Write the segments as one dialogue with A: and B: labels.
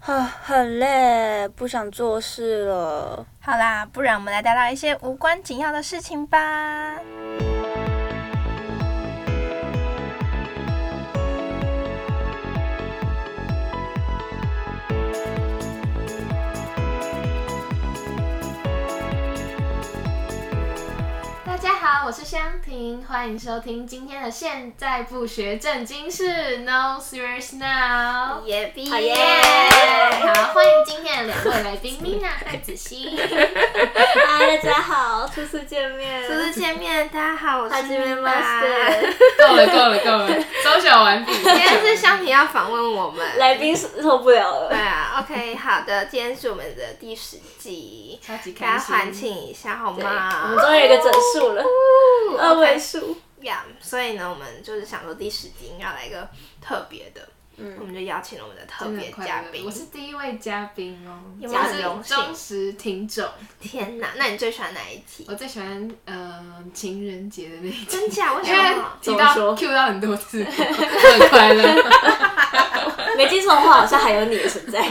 A: 啊， 很累，不想做事了。
B: 好啦，不然我们来聊聊一些无关紧要的事情吧。
C: 大家好，我是香婷，欢迎收听今天的《现在不学正经事》，No serious now。
B: 也毕
C: 耶！好，欢迎今天的两位来宾米娜和子欣。
A: 嗨，大家好，初次见面，
B: 初次见面，大家好，我
A: 初
B: 是
A: 次见
B: Mina
A: 面，
D: 够了，够了，够了，搜小完毕。
B: 今天是香婷要访问我们。
A: 来宾受不了
B: 对
A: 了。
B: 啊，OK，好的，今天是我们的第十集，
D: 超级
B: 大
D: 开
B: 家
D: 心
B: 欢。庆一下好
A: 对我
B: 吗
A: 们？终于有一个整数了，二位数。
B: 呀所以呢，我们就是想说第十集应该来一个特别的，
A: 嗯
B: 我们就邀请了我们的特
D: 真的
B: 别
D: 快乐
B: 嘉宾
D: 我。是第一位嘉宾哦，
B: 有没有很
D: 我
B: 荣
D: 是
B: 幸
D: 忠实听众。
B: 天哪，那你最喜欢哪一集？
D: 我最喜欢呃情人节的那一集，
B: 真假？为什
D: 因为
B: 么？
D: 提
A: 怎么说
D: 到 Q 到很多次，我 很快乐。
A: 没记错的话，好像还有你的存在。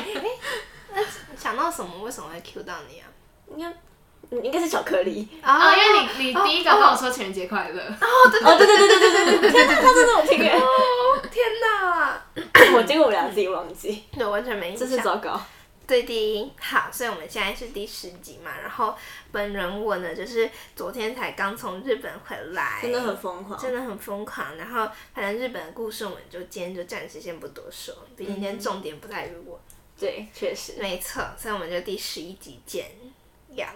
B: 想到什么？为什么会 Q 到你啊？
A: 应该，应该是巧克力。
B: 啊
D: 哦，因哦为你你第一个跟我说情人节快乐，
A: 哦，对对对对对对对，天哪，他真的有听哎，
B: 天哪，
A: 我结果我们俩自己忘记，
B: 对，啊完全没印
A: 真是
B: 象。
A: 糟糕。
B: 对的，好，所以我们现在是第十集嘛，然后本人我呢，就是昨天才刚从日本回来，
A: 真的很疯狂，
B: 真的很疯狂。然后反正日本的故事，我们就今天就暂时先不多说，毕竟今天重点不在于我。
A: 对，确实。
B: 没错，所以我们就第十一集见。呀、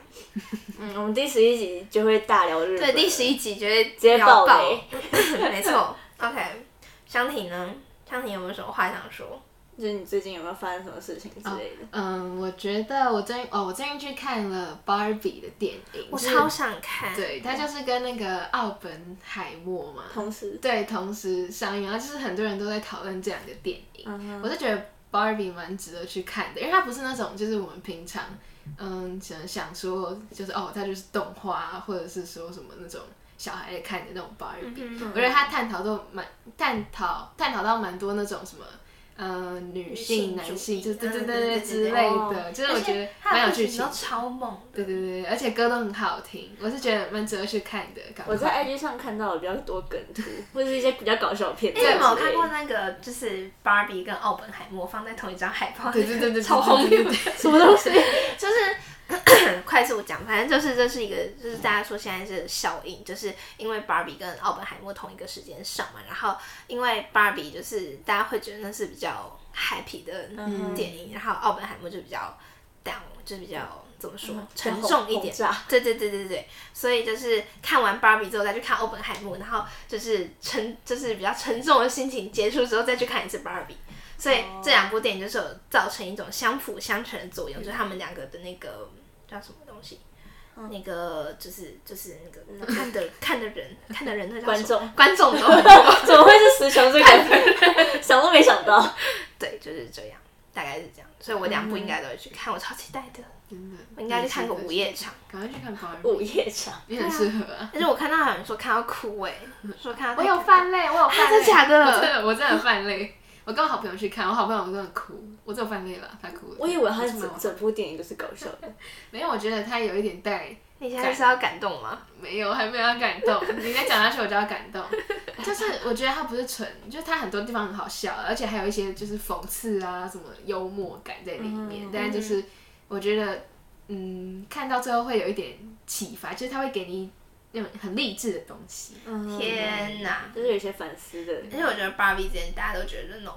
A: 嗯，我们第十一集就会大聊日本。
B: 对，第十一集绝对直
A: 直接爆
B: 爆，
A: 雷，
B: 没错。OK，香婷呢？香婷有没有什么话想说？
A: 就是你最近有没有发生什么事情之类的？
D: 嗯，我觉得我最近哦，我最近去看了 Barbie 的电影，
B: 我
D: 就是
B: 超想看。
D: 对，它就是跟那个奥本海默嘛，
A: 同时，
D: 对，同时上映，然后就是很多人都在讨论这两个电影，
B: 嗯
D: 我就觉得 Barbie 蛮值得去看的，因为它不是那种就是我们平常嗯只能想说就是哦它就是动画啊或者是说什么那种小孩在看的那种 Barbie，、
B: 嗯
D: 我觉得它探讨都蛮探讨探讨到蛮多那种什么。呃，女性、
B: 女性
D: 男
B: 主
D: 性，
B: 义
D: 就对对对
B: 嗯对对
D: 对
B: 对
D: 之
B: 对
D: 类
A: 哦
D: 的，就是我觉得
B: 他的
D: 蛮有
B: 剧
D: 剧
B: 情
D: 情
B: 都
D: 的。
B: 超猛的。
D: 对对对，对而且歌都很好听，我是觉得蛮值得去看的。赶
A: 我
D: 快
A: 在 IG 上看到了比较多梗图，或者是一些比较搞笑片
B: 哎，
A: 段之类
B: 你有没
A: 的。
B: 有看过那个就是 Barbie 跟奥本海默放在同一张海报？
D: 对对对对，
B: 超荒
D: 谬。
A: 什么东西？
B: 就是
D: 嗯
B: 快速讲，反正就是这是一个，就是大家说现在是效应，就是因为 Barbie 跟奥本海默同一个时间上嘛，然后因为 Barbie 就是大家会觉得那是比较 happy 的
A: 嗯
B: 电影，然后奥本海默就比较 down，就是比较怎么说、
A: 嗯
B: 沉重一点
A: 比较轰轰炸。
B: 对对对对对，所以就是看完 Barbie 之后再去看奥本海默，然后就是沉，就是比较沉重的心情结束之后再去看一次 Barbie。所以这两部电影就是有造成一种相辅相成的作用，就是他们两个的那个叫什么东西，那个就是就是那个看的看的人看的人那叫
A: 观
B: 什么
A: 众
B: 观众都很多
A: 怎么会是词穷这个？ 想都没想到。
B: 对，就是这样，大概是这样。所以我两部应该都会去看，我超期待的，
D: 真的，
B: 我应该去看个午夜场。
D: 赶快去看《宝儿
A: 午夜场，
D: 你很适合啊。
B: 但是我看到有人说看到哭哎、说看到
D: 我有犯泪，我有犯
B: 真
D: 泪，
B: 的假的
D: 我真的，我真的犯泪。我跟我好朋友去看，我好朋友真的哭，我只有犯泪了，他哭了。
A: 我以为他
D: 是
A: 整整部电影都是搞笑 的。
D: 没有，我觉得他有一点带，
B: 你现在是要感动吗？
D: 没有，还没有要感动。你再讲下去，我就要感动。 就是我觉得他不是纯，就是他很多地方很好笑，啊而且还有一些就是讽刺啊，什么幽默感在里面。但就是我觉得，嗯，看到最后会有一点启发，就是他会给你那种很励志的东西。
B: 天哪！
A: 就是有一些反思的，
B: 嗯
D: 哎
B: 而且我觉得 Barbie 之前大家都觉得那种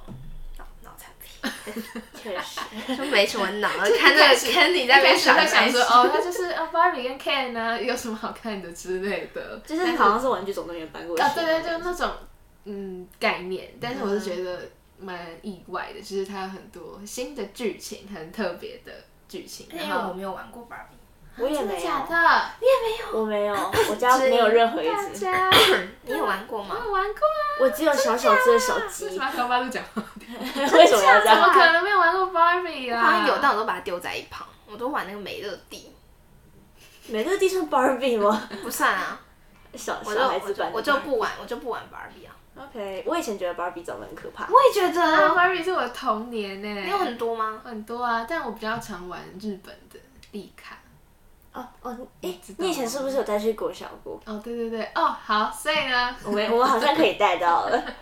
B: 脑脑残片，
A: 确
D: 哎
A: 实。
B: 就没什么脑，看 那个 Kenny 在那边
D: 开始
B: 耍
D: 会
B: 白
D: 想
B: 痴
D: 说，哦，他就是啊，Barbie 跟 Ken 呢、有什么好看的之类的。
A: 就是好像是《玩具总动员》搬过去。
D: 啊，对对，就那种嗯概念，但是我是觉得蛮意外的，就是它有很多新的剧情，很特别的剧情。
B: 因为
D: 然
B: 哎我
D: 后
B: 没有玩过 Barbie。
A: 我也
D: 真的
A: 没
D: 假
A: 有，
D: 的？
A: 我没 有，我家没有任何一
D: 大
A: 只，
D: 家
B: 你有玩 过吗？
D: 有玩过啊？
A: 我只有小小只的小鸡
D: 为。什么要高八度讲话？
A: 为什么要这
D: 怎么
A: 样？
D: 可能没有玩过 Barbie
B: 我
D: 啊？
B: 好像有，但我都把它丢在一旁，我都玩那个美乐蒂，
A: 每个地 上 Barbie 吗？
B: 不算啊，
A: 小
B: 我
A: 小孩
B: 就
A: 子版的
B: 我就不玩，我就不玩 Barbie 啊。
E: OK，我以前觉得芭比走蛮可怕的。
B: 我也觉
D: 啊
B: 得，
D: ，Barbie 是我的童年呢、
B: 你有很多吗？
D: 很多啊，但我比较常玩日本的丽卡。
E: 哦哦，哎
D: 知道，
E: 你以前是不是有带去国小过？
D: 哦，对对对，哦，好，所以呢，
E: 我们我好像可以带到了，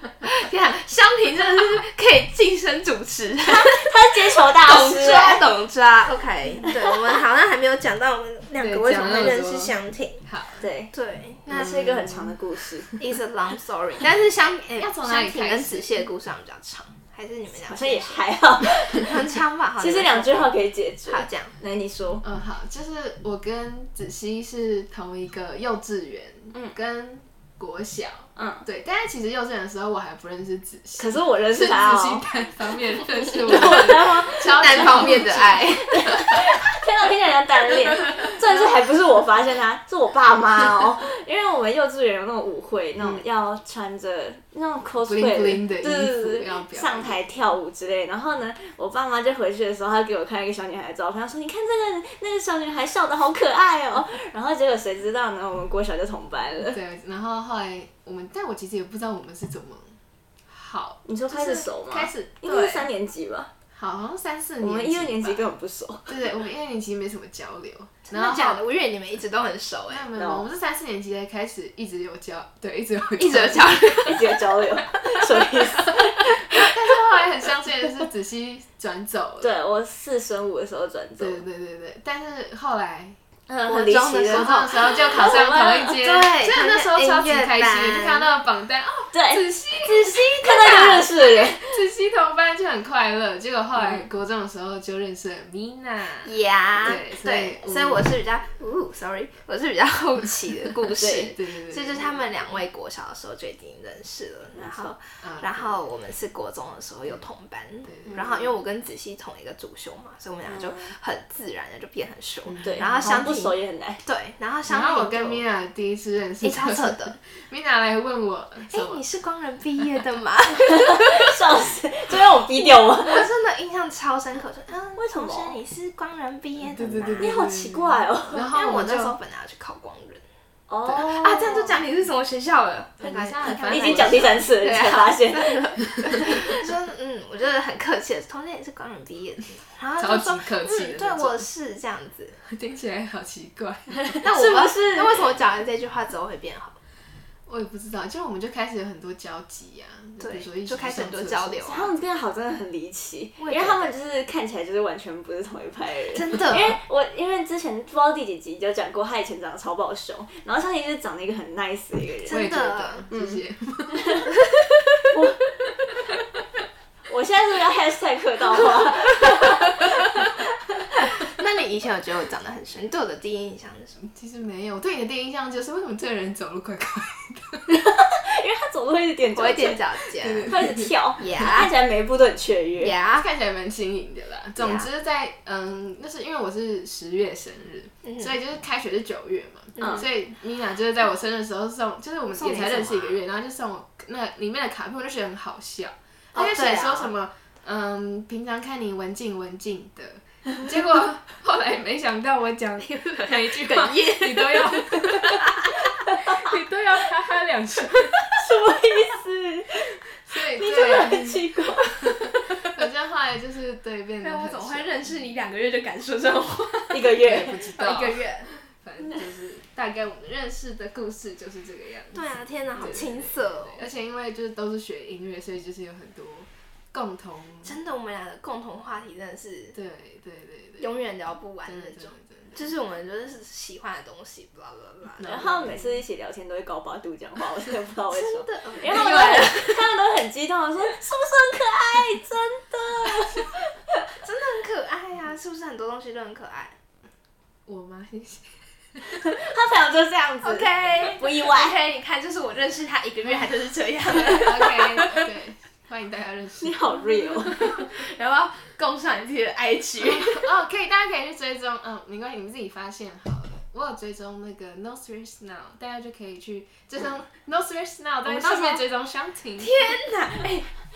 B: 天啊，香婷真的是可以晋升主 持，
E: 他是接球大
B: 懂
E: 师。
A: 啊
B: 抓懂抓。OK，对我们好像还没有讲到我们两个
D: 对
B: 为什么
D: 讲
B: 会
D: 了
B: 认
D: 很
B: 识
D: 多
B: 香婷。
D: 好，
E: 对，
B: 对，那
E: 那是一个很长的故事，
B: is a long story，但是香 诶
D: 要从哪里开
B: 香婷跟
D: 始
B: 子谢的故事好像比较长，还是你们俩
E: 好像也还好。
B: 很长吧？好
E: 其实两句话可以解决。
B: 好讲，
E: 来，你说。
D: 嗯，好，就是我跟子熙是同一个幼稚园，嗯，跟国小，
E: 嗯，
D: 对，但是其实幼稚园的时候我还不认识子熙，
E: 可是我认
D: 是
E: 识
D: 子
E: 他
D: 熙
E: 哦。
D: 单方面认 识我，
E: 啊
B: 超单方面的爱，
E: 天哪，听起来像单恋。重点是还不是我发现他，是我爸妈哦。 因为我们幼稚园有那种舞会，那种要穿着那种 cosplay 的
D: bling bling 的衣服
E: 对对对
D: 要表演
E: 上台跳舞之类。然后呢，我爸妈就回去的时候，他给我看一个小女孩的照片，他说：“你看这个那个小女孩笑的好可爱 哦。”然后结果谁知道呢？我们国小就同班了。
D: 对，然后后来我们，但我其实也不知道我们是怎么好，
E: 你说开始熟吗？
D: 开始
E: 应该是
D: 对，
E: 三年级吧。
D: 好，好像三四
E: 我
D: 年，
E: 们一二年级根本不熟。
D: 对对，我们一二年级没什么交流，然
B: 真的
D: 后
B: 假的？我以为你们一直都很熟哎，
D: 没有没有，我们是三四年级才开始一直有交，对，一直有
B: 一直有交
D: 流。
B: 流。
E: 哦一直有交流，什么意思？
D: 但是后来很相信的是子熙转走了。
E: 对我四升五的时候转走，
D: 对对对对，但是后来
E: 嗯，
D: 国
E: 很离
D: 中
E: 奇
D: 的时候，
E: 的，
D: 的时候就考上同一间，
B: 对
D: 所以那时候超级开
B: 同一
D: 心，
B: 间
D: 就看到榜单哦，
B: 哎
E: 对，
D: 子熙
E: 子熙看到一个认识的人，
D: 子熙同班就很快乐。结果后来国中的时候就认识了 Mina，
B: 呀
D: 对，所以
B: 对，
D: 我
B: 所以我是比较，呜，sorry，我是比较后期的故事
E: 对。
D: 对对对，
B: 所以就是他们两位国小的时候就已经认识了，
E: 嗯
B: 然后
D: 啊，
B: 然后我们是国中的时候有同班，
D: 对
B: 然后因为我跟子熙同一个主修嘛，所以我们俩就
E: 嗯
B: 很自然的就变很熟。
E: 对，
B: 然后
E: 好像
B: 相
E: 不
B: 挺
E: 熟也很难，
B: 对，然后相
D: 嗯然后
B: 挺
D: 我跟
B: 就
D: Mina 第一次认识
B: 诶，超扯 的，
D: ，Mina 来问我什
B: 哎、
D: 么
B: 你？是光仁毕业 的吗？
E: 笑死，就让我逼掉 我，
B: 我真的印象超深刻，说嗯，
E: 为什么
B: 同学你是光仁毕业的
D: 对
B: 吗？
D: 对对，
E: 哎你好奇怪 哦，
D: 然
B: 因为
D: 后
B: 我
D: 就
B: 那时候本来要去考光仁、
E: 哦，
B: 啊，这样就讲你是什么学校了，
D: 很
B: 那个
D: 像很
B: 那个
D: 烦
E: 已经讲第三次了，你
B: 对啊
E: 才发现，
B: 说嗯，我就是很客气的，同学也是光仁毕业的，然后
D: 超
B: 就
D: 级
B: 说
D: 客气的
B: 嗯，对
D: 那种
B: 我是这样 子，
D: 听起来好奇 怪，
B: 那我
E: 是不
B: 不
E: 是
B: 那为什么讲完这句话之后会变好？
D: 我也不知道，就我们就开始有很多交集呀、比如说一
B: 对，
D: 起
B: 就开始很多
D: 上厕所啊
B: 交流，啊
E: 他们变好真的很离奇，因
B: 我也
E: 为
B: 觉得
E: 他们就是看起来就是完全不是同一派的人，
B: 真 的
E: 因为我因为之前不知道第几集就讲过，他以前长得超爆凶，然后像你就是长得一个很 nice 的一个人，
D: 我也觉得
B: 真，嗯
D: 谢谢。
E: 我现在是不是要 hashtag 客套话？
B: 那你以前有觉得我长得很深？你对我的第一印象是什么？
D: 其实没有，我对你的第一印象就是为什么这个人走路怪怪的，
E: 因为他走路会一直踮
B: 我
E: 脚
B: 有
E: 尖
B: 点，脚尖，
E: 他一直跳
B: Yeah
E: 看起来每一步都很雀跃。
B: 呀，
D: 看起来蛮轻盈的啦。总之在嗯，那是因为我是十月生日，
B: 嗯
D: 所以就是开学是九月嘛，所以 Mina 就是在我生日的时候送，就是我们
B: 送
D: 也
B: 你
D: 才认识
B: 什
D: 一
B: 么啊
D: 个月，然后就送我那里面的卡片，我就觉得很好笑，他
B: 哦
D: 就
B: 对
D: 写
B: 啊
D: 说什么、嗯，平常看你文静文静的。结果 后来没想到，我 讲每一句话，你都要， 你都要哈哈两声，
E: 什么意思？
D: 所以
E: 你真的
D: 对，啊
E: 很奇 怪。
D: 我觉得后来就是对变得
B: 那
D: 很
B: 我怎么会认识你两个月就敢说这种话？
E: 一个
D: 对
E: 月
D: 不知道
B: 一个，月，
D: 反正就是大概我们认识的故事就是这个样子。
B: 对啊，天哪，好青涩哦！
D: 而且因为就是都是学音乐，所以就是有很多共同，
B: 真的，我们俩的共同话题真的是
D: 对对对对，
B: 永远聊不完
D: 真的
B: 那
D: 真的
B: 种，
D: 真的
B: 就是我们就是喜欢的东西，blah blah blah。
E: 然后每次一起聊天都会高八度讲话，我真的不知道为什么
B: 真。的，哎
E: 因为他们都很，他们都很激动的说：“是不是
B: 真的很可爱呀、啊，是不是很多东西都很可爱
D: 我吗？谢 谢。
E: 很可爱？”他朋友就这样子
B: ？OK，
E: 不意外。
B: OK，你看，就是我认识他一个月，他就是这样。
D: OK，对，欢迎大家认识
E: 你。好 real，
B: 然后供上你自己的 IG，
D: 哦，可以，大家可以去追踪，嗯，没关系，你们自己发现好了。我有追踪那个 No Stress Now，大家就可以去追
B: 嗯
D: 踪 No Stress Now，大家顺便追踪香 婷。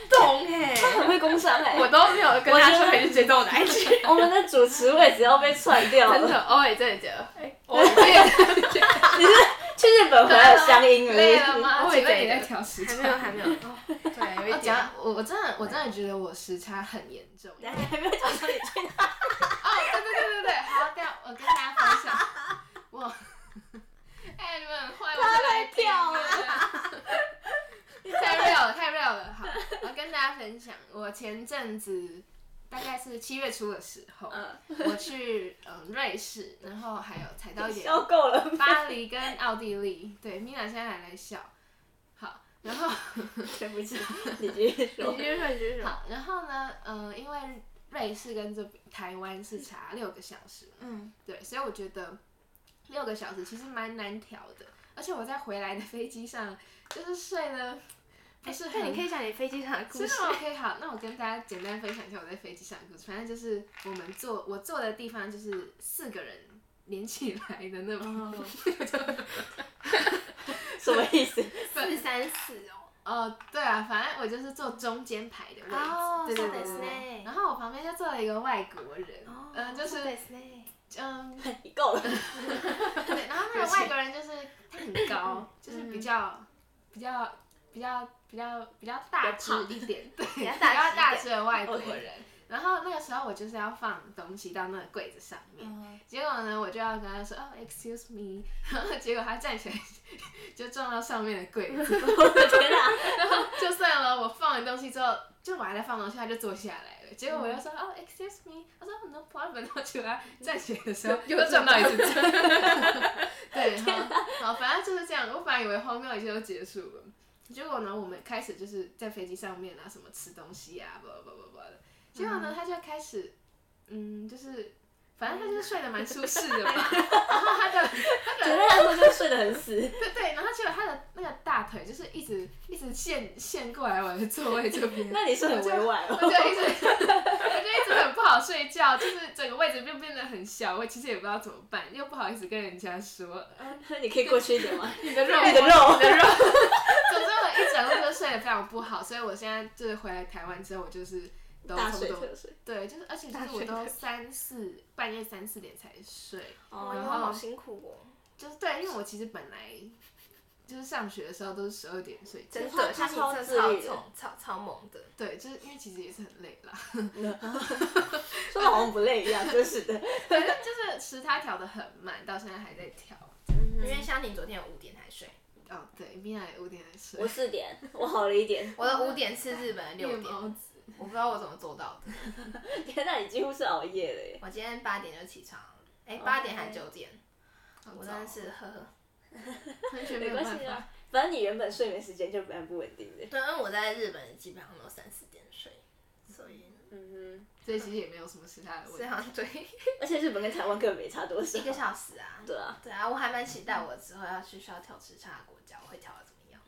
B: 懂哎、
E: 很会工商哎、
B: 我都没有跟他说可以去追踪我的 IG，
E: 我们的主持位置要被串掉
B: 哦真
E: 了。
B: 的，偶尔真的觉得，哎、我也
E: 去日本回来有乡音而
C: 累了
E: 已。
C: 吗？
D: 我
C: 请
D: 以
C: 问
D: 为
C: 你
D: 你在
C: 在
D: 调时
B: 还
D: 差
B: 没有，还没有， 哦对，有一
D: 我
B: 点
D: 啊讲，我我真的我真的觉得我时差很严重。
E: 等一下还没有讲说你去哪？
D: 哦，对对对对对，好，这样我跟大家分 享，我，哎，你们很坏，我是来听的，啊 太 real 了，太 real 了，好，我跟大家分享，我前阵子大概是七月初的时候，我去嗯瑞士，然后还有踩到一点
E: 笑哦够了吗？
D: 巴黎跟奥地利，对，米娜现在还在笑，好，然后。
E: 对不起，你继续说
B: 你。继续说，你继续说。
D: 好，然后呢，呃，因为瑞士跟这边台湾是差六个小时，嗯，对，所以我觉得六个小时其实蛮难调的，而且我在回来的飞机上就是睡了，不是
B: 哎那
D: 很
B: 你可以讲你飞机上的故
D: 真
B: 事
D: 的。吗 OK，好，那我跟大家简单分享一下我在飞机上的故事。反正就是我们坐我坐的地方就是四个人连起来的那种，
B: 哦
E: 什么意思？
B: 四三四哦，
D: 哦，对啊，反正我就是坐中间排的位置，
B: 哦
D: 对对对对
B: そうですね
D: 对。然后我旁边就坐了一个外国人，
B: 哦
D: 嗯、就是
B: 对，snake
D: 嗯，
E: 你够了。
D: 对，然后那个外国人就是他很
B: 嗯
D: 高，就是比较比较比较比较比较大只一 点，对，比
B: 较
D: 较
B: 大
D: 大
B: 只一点哦
D: 只的外国人。然后那个时候我就是要放东西到那个柜子上面，
B: 嗯
D: 结果呢我就要跟他说哦，excuse me，然后结果他站起来 就撞到上面的柜子，
E: 我啊的天哪！
D: 就算了，我放完东西之后，就我还在放东西，他就坐下来了。结果我又说、哦，excuse me，他说 no problem，然后结果他站起来的时候嗯又撞到一次车。 对，好，好，反正就是这样。我本来以为荒谬一切都结束了，结果呢，我们开始就是在飞机上面啊，什么吃东西啊，叭叭叭叭的。结果呢，他就开始，嗯，就是反正他就是睡得蛮舒适的 嘛。然后他的
E: 简单来说就是睡得很死。
D: 对对，然后结果他的那个大腿就是一直一直陷陷过来我的座位这边。
E: 那你是很委 婉
D: 我就
E: 哦。
D: 一直，我就一直很不好睡觉，就是整个位置就变得很小，我其实也不知道怎么办，又不好意思跟人家说。
E: 你可以过去一点吗？
D: 你的肉
E: 你的肉，你的肉。
D: 总之我一整路都睡得非常不好，所以我现在就是回来台湾之后，我就是都
E: 大
D: 差不
E: 睡
D: 多
E: 特，睡。
D: 对，就是而且就是我
B: 大睡
D: 都三四半夜三四点才睡，
B: 哦，你
E: 哦，
B: 好辛苦哦，
D: 就是对，因为我其实本来就是上学的时候都是十二点睡觉，
B: 真
E: 他
B: 的，像你
E: 超
B: 这
E: 自
B: 超
E: 律的
B: 超超超猛的，
D: 对，就是因为其实也是很累啦。
E: 说的好像不累一样，真是的。
D: 反正就是时差调的很慢，到现在还在调。
B: 因为像你昨天有五点才睡，
D: 哦，对，米娅也五点才睡
E: 我。四点，我好了一点。
B: 我的五点是日本的六
D: 夜
B: 点，
D: 猫子，
B: 我不知道我怎么做到的。
E: 天哪，你几乎是熬夜了耶。
B: 我今天八点就起床，哎，八点还九点，我真的是呵呵。
D: 哦完全没
E: 没
D: 有
E: 关
D: 办
E: 系
D: 法
E: 啊。，反正你原本睡眠时间就蛮不稳定的。
B: 对，因为我在日本基本上都三四点睡，所以
E: 嗯
D: 所以其实也没有什么其他的问
B: 所以
D: 题。
B: 好像对
E: 哼，而且日本跟台湾根本没差多少
B: 一。个小时啊。
E: 对啊，
B: 对啊，我还蛮期待我之后要去需要调时差的国家，我会调的怎么样？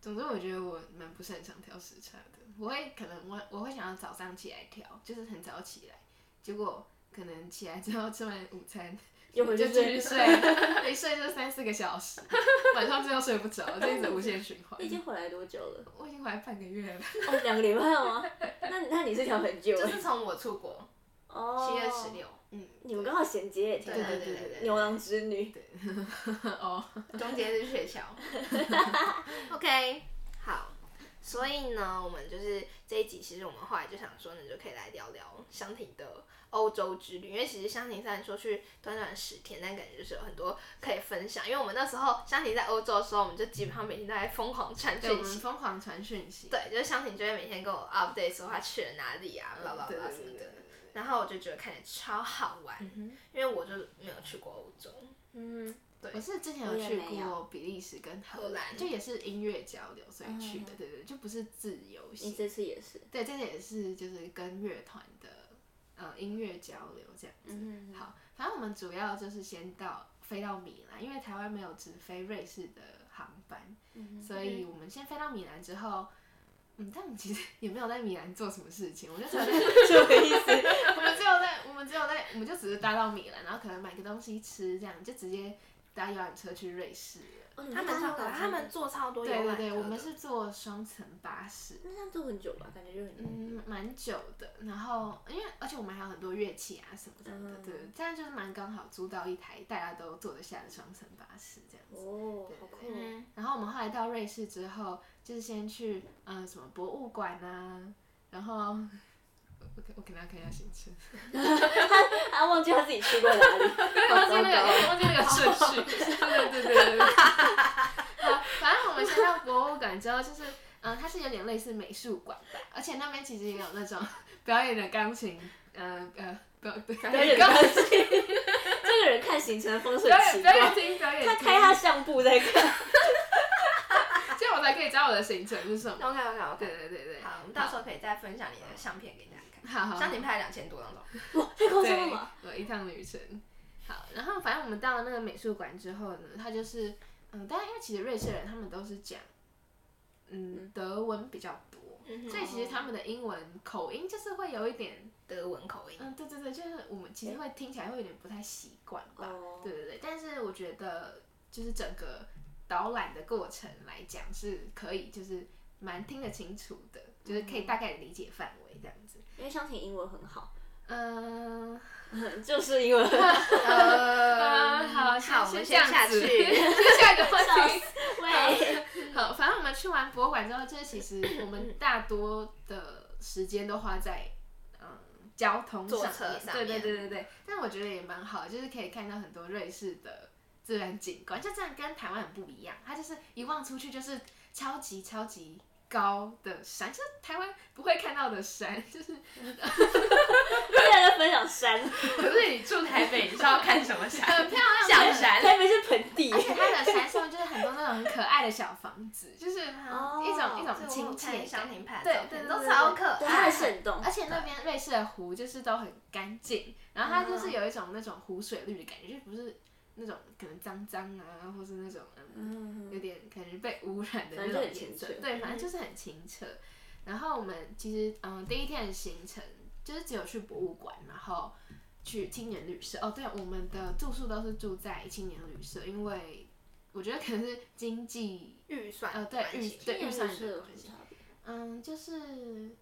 D: 总之，我觉得我蛮不擅长调时差的。我会可能我我会想要早上起来调，就是很早起来，结果可能起来之后吃完午餐
E: 又回
D: 就
E: 去
D: 继续
E: 睡。
D: 睡，一睡就三四个小时，晚上最后睡不着，就一直无限循环
E: 你已。经回来多久了？
D: 我已经回来半个月了，
E: 哦，两个礼拜了吗？那那你是调很久
B: 就
E: 哎
B: 是。从我出国
E: 哦。
B: 七月十。六，嗯，
E: 你们刚好衔接耶，天
B: 对
E: 哪！
B: 对对对对，
E: 牛郎织女。
D: 哦，
B: 中间是学 校。OK，好，所以呢，我们就是这一集，其实我们后来就想说，你就可以来聊聊香婷的欧洲之旅，因为其实香婷虽然说去短短十天，但感觉就是有很多可以分享。因为我们那时候香婷在欧洲的时候，我们就基本上每天都在疯狂传
D: 对，我
B: 讯
D: 们
B: 息。
D: 疯狂传讯息。
B: 对，就是香婷就会每天跟我 update 说她去了哪里啊，blah blah
D: 对
B: blah
D: 对
B: 什么
D: 对
B: 的
D: 对。嗯
B: 然后我就觉得看起来超好玩，因为我就没有去过欧洲，
E: 嗯。
D: 我是之前
E: 我
D: 有
E: 也
D: 去
E: 没有
D: 过比利时跟荷
B: 荷兰
D: 兰，就也是音乐交流所以去的，对对，对就不是自由
E: 嗯你
D: 行。
E: 这次也是。
D: 对，这个也是就是跟乐团的呃音乐交流这样子。
E: 嗯
D: 好，反正我们主要就是先到飞到米兰，因为台湾没有直飞瑞士的航班，
E: 嗯
D: 所以我们先飞到米兰之后。嗯，但我们其实也没有在米兰做什么事情，我就只有在，
E: 什么意思？
D: 我们只有在，我们只有在，我们就只是搭到米兰，然后可能买个东西吃，这样就直接搭游览车去瑞士了。
E: 哦你
B: 他们
E: 搭
B: 超
E: 游
B: 可
E: 览
B: 爱
E: 车
B: 他们坐超多游
D: 对
B: 览
D: 对
B: 车
D: 对，
B: 的
D: 我们是坐双层巴士，
E: 那这样坐很久吧，感觉就很
D: 嗯，蛮久的。然后因为而且我们还有很多乐器啊什么什么的，
E: 嗯
D: 对，这样就是蛮刚好租到一台大家都坐得下的双层巴士这样子。
E: 哦，好酷哦。
B: 嗯，
D: 然后我们后来到瑞士之后，就是先去嗯、呃什么博物馆啊，然后 我我我给大家看一下行程，
E: 他啊忘记他自己去过哪里，好
D: 忘记
E: 糟
D: 那个
E: 糕。
D: 忘记那个顺序，对 对对对对。好，反正我们先到博物馆之后，就是嗯、呃它是有点类似美术馆吧，而且那边其实也有那种表演的钢琴，呃呃，表表
E: 表
D: 演
E: 演
D: 钢
E: 关系，这个人看行程风水
D: 表演
E: 奇
D: 表演
E: 怪，
D: 厅表演
E: 他
D: 厅，
E: 开他相簿在看。
D: 这样我才可以知道我的行程是什么。
B: OK OK
D: 对
B: OK，
D: 对对对，
B: 好，我们到时候可以再分享你的相片给大家看。
D: 好好好
B: 像你拍了两千多张照片，
E: 哇，太 夸张
D: 对
E: 了吧！，
D: 有一趟旅程。好，然后反正我们到了那个美术馆之后呢，他就是，嗯，但因为其实瑞士人他们都是讲，嗯，德文比较多，
B: 嗯哼
D: 所以其实他们的英文口音就是会有一点，
B: 德文口音，
D: 嗯，对对对，就是我们其实会听起来会有点不太习惯吧，
E: 哦
D: 对对对，但是我觉得就是整个导览的过程来讲是可以，就是蛮听得清楚的，就是可以大概理解范围这样子，
E: 因为香婷英文很好，
D: 嗯。
E: 就是英文很好。
D: 呃，
B: 呃
D: 好，
B: 好，我
D: 先
B: 们
D: 这样
B: 先下
D: 子
B: 去。
D: 下一个问题。
E: 喂，
D: 好，反正我们去完博物馆之后，就是其实我们大多的时间都花在嗯交通
B: 坐
D: 上
B: 车
D: 面，
B: 上
D: 对对
B: 面
D: 对对对。但我觉得也蛮好，就是可以看到很多瑞士的自然景观，就真的跟台湾很不一样。它就是一望出去就是超级超级。高的山，就是台湾不会看到的山， 就是
E: 大家在分享山，
B: 可是你住台北，你知道看什么
D: 很
B: 山？
D: 漂亮，
B: 象山。
E: 台北是盆地
D: 而。且它的山上就是很多那种很可爱的小房子，就是一
E: 哦
D: 种一
B: 这
D: 种
B: 我
D: 亲
B: 看
D: 切
B: 香
D: 感。
B: 婷拍的
D: 对
B: 照
D: 对
B: 片
D: 对
B: 都
D: 对
B: 超
D: 对
B: 可
E: 对，它
B: 爱
E: 的。渗洞
D: 而。且那边瑞士的湖就是都很干净，然后它就是
B: 嗯
D: 有一种那种湖水绿的感觉，就不是那种可能脏脏啊，或是那种嗯有点感觉被污染的那
E: 反正
D: 种
E: 就很
D: 颜色
E: 清澈。嗯
D: 对，反正就是很清澈。然后我们其实嗯第一天的行程就是只有去博物馆，然后去青年旅社。哦，对，我们的住宿都是住在青年旅社，因为我觉得可能是经济
B: 预算
D: 呃对
B: 关系
D: 预对
E: 英
D: 预
E: 文
D: 算
E: 是
D: 的
E: 有
D: 关
E: 什
D: 系
E: 么，差别？
D: 嗯，就是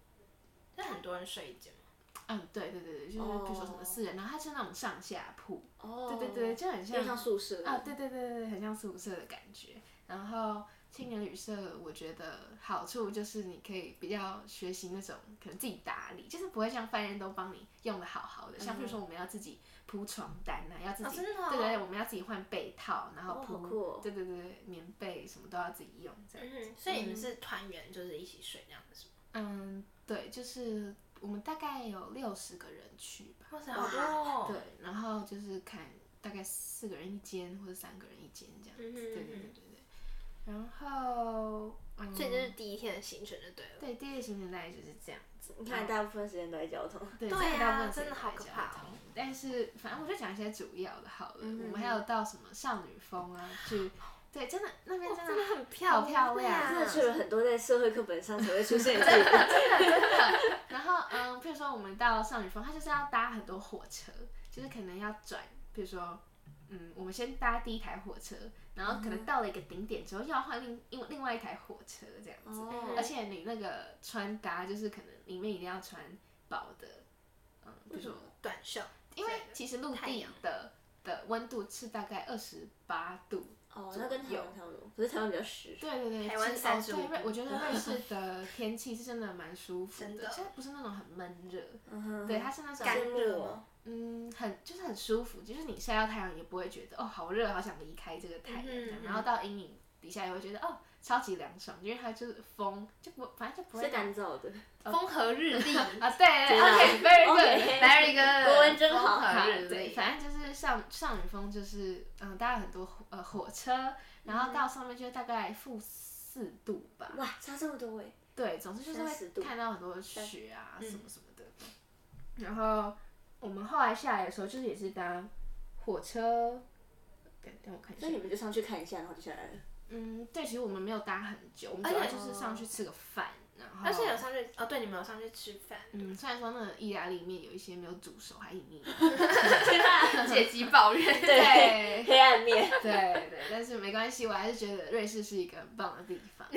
B: 但很多人睡一间嘛。
D: 嗯，对对对对，就是比如说什么四人，然后它是那种上下铺，
E: 哦
D: 对对对，，就很
E: 有点
D: 像
E: 像宿舍
D: 啊，对对对对，很像宿舍的感觉。然后青年旅社，我觉得好处就是你可以比较学习那种可能自己打理，就是不会像饭店都帮你用的好好的，像比如说我们要自己铺床单呐、要自己、
B: 哦真的哦
D: 对对对，我们要自己换被套，然后
E: 哦
D: 铺，
E: 好酷哦
D: 对对对对，棉被什么都要自己用这样。
B: 嗯，所以你们是团员，就是一起睡那样子吗？
D: 嗯，对，就是我们大概有六十个人去吧。
B: 哇塞，好多哦！
D: 对，然后就是看大概四个人一间或者三个人一间这样子。
B: 嗯哼
D: 对对
B: 嗯
D: 对
B: 哼
D: 对对。然后，嗯，
B: 所以这是第一天的行程就对了。
D: 对第一个行程大概就是这样子。
E: 你看大部分时间都在交 通。
D: 对
B: 对
D: 这样大部
B: 啊
D: 分
B: 真的
D: 时间
B: 好
D: 都
B: 可
D: 在
B: 怕
D: 交
B: 哦嗯
D: 通但是反正我就讲一些主要的好了。我们还有到什么少女峰啊，去对，真的那边真的
B: 哦真的很
D: 好
B: 漂
D: 漂亮，啊
B: 亮啊
E: 真的去了很多在社会课本上才会出现的地 方。
D: 然后，嗯，譬如说我们到少女峰，它就是要搭很多火车，就是可能要转，比如说，嗯，我们先搭第一台火车，然后可能到了一个顶点之后，又要换另另另外一台火车这样子。
E: 哦
D: 而且你那个穿搭，就是可能里面一定要穿薄的，嗯，比如说，
B: 短袖，
D: 因为其实陆
B: 太
D: 地
B: 阳
D: 的的温度是大概二十八度
E: 哦，那跟台湾差不多，可是台湾比较湿。
D: 对对对，
B: 台湾
D: 其实
B: 35
D: 哦对
B: 度
D: 瑞我觉得瑞士的天气是真的蛮舒服
B: 真
D: 的，
B: 的
D: 就是不是那种很闷热，
E: 嗯哼哦
D: 对，它是那种
B: 嗯干热
E: 落
B: 吗？
D: 嗯，很就是很舒服，就是你晒到太阳也不会觉得哦好热，好想离开这个太阳，
B: 嗯
D: 这样
B: 嗯
D: 然后到阴影底下也会觉得哦超级凉爽，因为它就是风就不反正就不
E: 是
D: 会
E: 干燥的，
B: 风和日 丽
D: 啊对对
E: 啊
D: ，OK，very good。
E: OK
B: ，very good，
E: 国文真 好
B: 风和日
D: 对，
B: 丽。
D: 反正就是上上女峰就是嗯搭了很多火呃火车，然
B: 嗯
D: 后到上面就大概负四度吧，
E: 哇，差这么多哎！
D: 对，总之就是
E: 30度
D: 会看到很多雪啊什么什么的。然后我们后来下来的时候，就是也是搭火车。等等我看一
E: 那你
D: 下，
E: 们就上去看一下，然后就下来了。
D: 嗯，对，其实我们没有搭很久，我们
B: 而
D: 主要
B: 且
D: 就是上去吃个饭，然后
B: 而且有上去哦，对，你们有上去吃饭，
D: 嗯，虽然说那个意大利面有一些没有煮熟，还隐匿，
B: 借机抱怨。
D: 对
B: 对
E: 黑暗面。
D: 对对，但是没关系，我还是觉得瑞士是一个很棒的地方。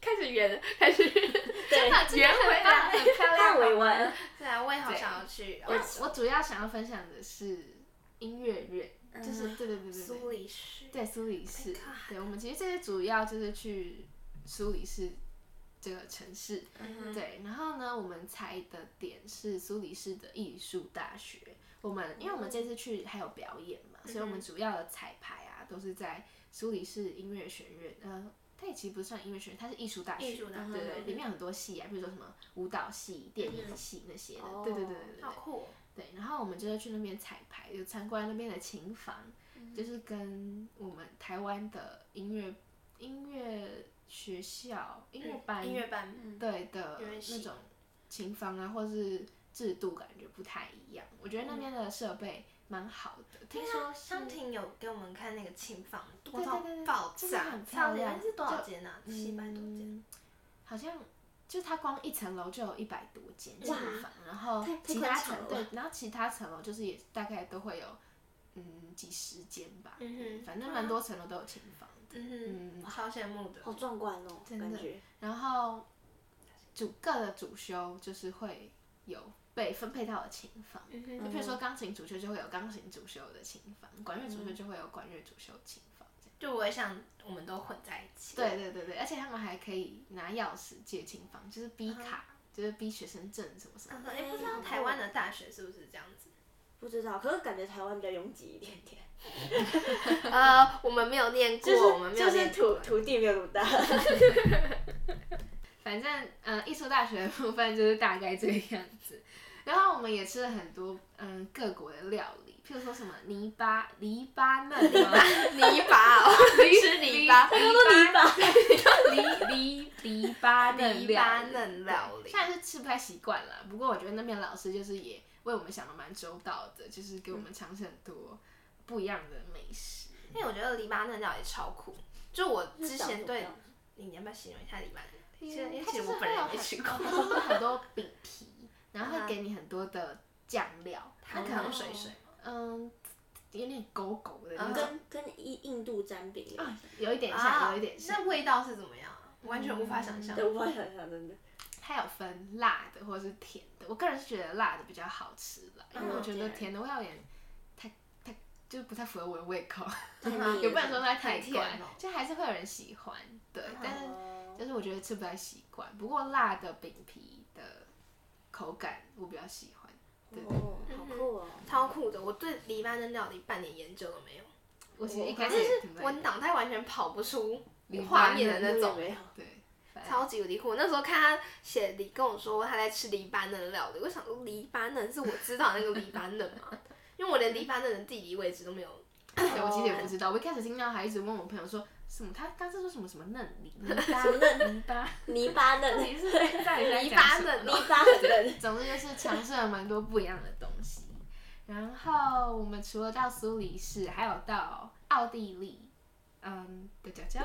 B: 开始圆了，开始
E: 对，
B: 圆回来，很漂亮。
E: 太委婉。
B: 对啊，我也好想要去哦
D: 我我主要想要分享的是音乐院，就是对对对对对
B: 苏，黎世。
D: 对苏黎世
B: Oh my god，
D: 对我们其实这些主要就是去苏黎世这个城市，
B: 嗯
D: 对，然后呢，我们踩的点是苏黎世的艺术大学，我们因为我们这次去还有表演嘛，所以我
B: 嗯
D: 们主要的彩排啊都是在苏黎世音乐学院，呃。它也其实不算音乐学院，它是艺术大学，
B: 艺术大学嗯
D: 对对，里面有很多系啊，比如说什么舞蹈系、电影系那些的，对对对对对
B: 哦好酷、哦！
D: 对，然后我们就是去那边彩排，就参观那边的琴房，
B: 嗯
D: 就是跟我们台湾的音乐音乐学校、音乐班、
B: 嗯音乐班，
E: 嗯
D: 对的
B: 音乐系
D: 那种琴房啊，或是制度感觉不太一样。我觉得那
B: 嗯
D: 边的设备蛮好的，听说是
B: 张婷有给我们看那个琴房，多
D: 对
B: 到
D: 对对对
B: 爆
D: 真的
B: 炸，
D: 很漂亮
B: 那是多少
D: 就
B: 间啊？七百多间。
D: 嗯好像就它光一层楼就有一百多间琴
E: 哇
D: 房，然后
E: 太太
D: 其
E: 宽
D: 他
E: 敞
D: 层
E: 了
D: 对，然后其他层楼就是也大概都会有嗯几十间吧，
E: 啊
B: 嗯哼
D: 反正蛮多层楼都有琴房的。
B: 嗯哼，超羡慕的。
E: 好壮观哦，
D: 真的
E: 感觉。
D: 然后主各的主修就是会有被分配到的琴房，
B: 嗯哼
E: 嗯
D: 就比如说钢琴主修就会有钢琴主修的琴房，管乐主修就会有管乐主修的琴房。这样
B: 就我也想，我们都混在一起。
D: 对对对对，而且他们还可以拿钥匙借琴房，就是 B
B: 啊
D: 卡，就是 B 学生证什么什么
B: 嗯
D: 的。
B: 哼，也不知道台湾的大学是不是这样子？
E: 不知道，可是感觉台湾比较拥挤一点 点，
B: 呃，我们没有念过，我们没有
E: 就是
B: 念
E: 土
B: 过。
E: 土地没有那么大。
D: 反正呃，艺术大学的部分就是大概这个样子。然后我们也吃了很多嗯各国的料理，譬如说什么泥巴黎巴嫩 吗？
B: 泥巴哦，吃泥巴，
D: 黎
E: 泥巴，
D: 黎黎黎巴嫩
B: 泥
D: 料
B: 巴
D: 理
B: 嫩料理
D: 虽。然是吃不太习惯啦，不过我觉得那边老师就是也为我们想的蛮周到的，就是给我们尝试很多不一样的美食。
B: 因为我觉得黎巴嫩料理超酷，就我之
E: 那
B: 前
E: 长什么
B: 对
E: 样，
B: 你要不要形容一下黎巴嫩料理？其实因为
D: 它
B: 其
D: 就是
B: 实我
D: 会
B: 本人
D: 有
B: 也没吃过。
D: 很多很多饼皮，然后会给你很多的酱料，它
B: 它
D: 可
B: 可能
D: 能
B: 水嗯水嘛，
D: 嗯有点狗狗的那种，
E: 跟跟印印度沾饼一样，
D: 有一点像，有一点像。
B: 啊那味道是怎么样啊？完全无法想象
E: 对，。无法想象，真的。
D: 它有分辣的或者是甜的，我个人是觉得辣的比较好吃啦，因为
B: 嗯
D: 我觉得甜的味道有点太太就是不太符合我的胃口，
E: 嗯
D: 也不能说它太
B: 太甜哦
D: 怪
B: 嗯了，
D: 就还是会有人喜欢，对，但是
E: 哦
D: 就是我觉得吃不太习惯。不过辣的饼皮的口感我比较喜欢，对对，
E: 哦，好酷哦！
B: 超酷的！我对黎巴嫩料理半点研究都没有，
D: 我其实一开始
B: 就
D: 也
B: 是
D: 挺不太
B: 我脑袋完全跑不出
D: 黎巴
B: 画
D: 嫩
B: 面的那
E: 那
B: 种
E: 种。没有，
D: 对，反正
B: 超级无敌酷！那时候看他写黎跟我说他在吃黎巴嫩的料理，我想说黎巴嫩是我知道那个黎巴嫩吗？ 因为我连黎巴嫩的地理位置都没有。
D: 对我其实也不
B: 啊
D: 知道，我一开始听到还一直问我朋友说什么，他刚才说什么什么嫩泥 泥巴嫩泥巴，
E: 泥巴
D: 到
E: 嫩，
D: 底 是在在在
B: 黎
D: 讲
B: 巴
D: 什么
B: 嫩
E: 泥
B: 哦，
E: 巴很 嫩。
D: 总之就是尝试了蛮多不一样的东西。然后我们除了到苏黎世，还有到奥地利，嗯的角 角，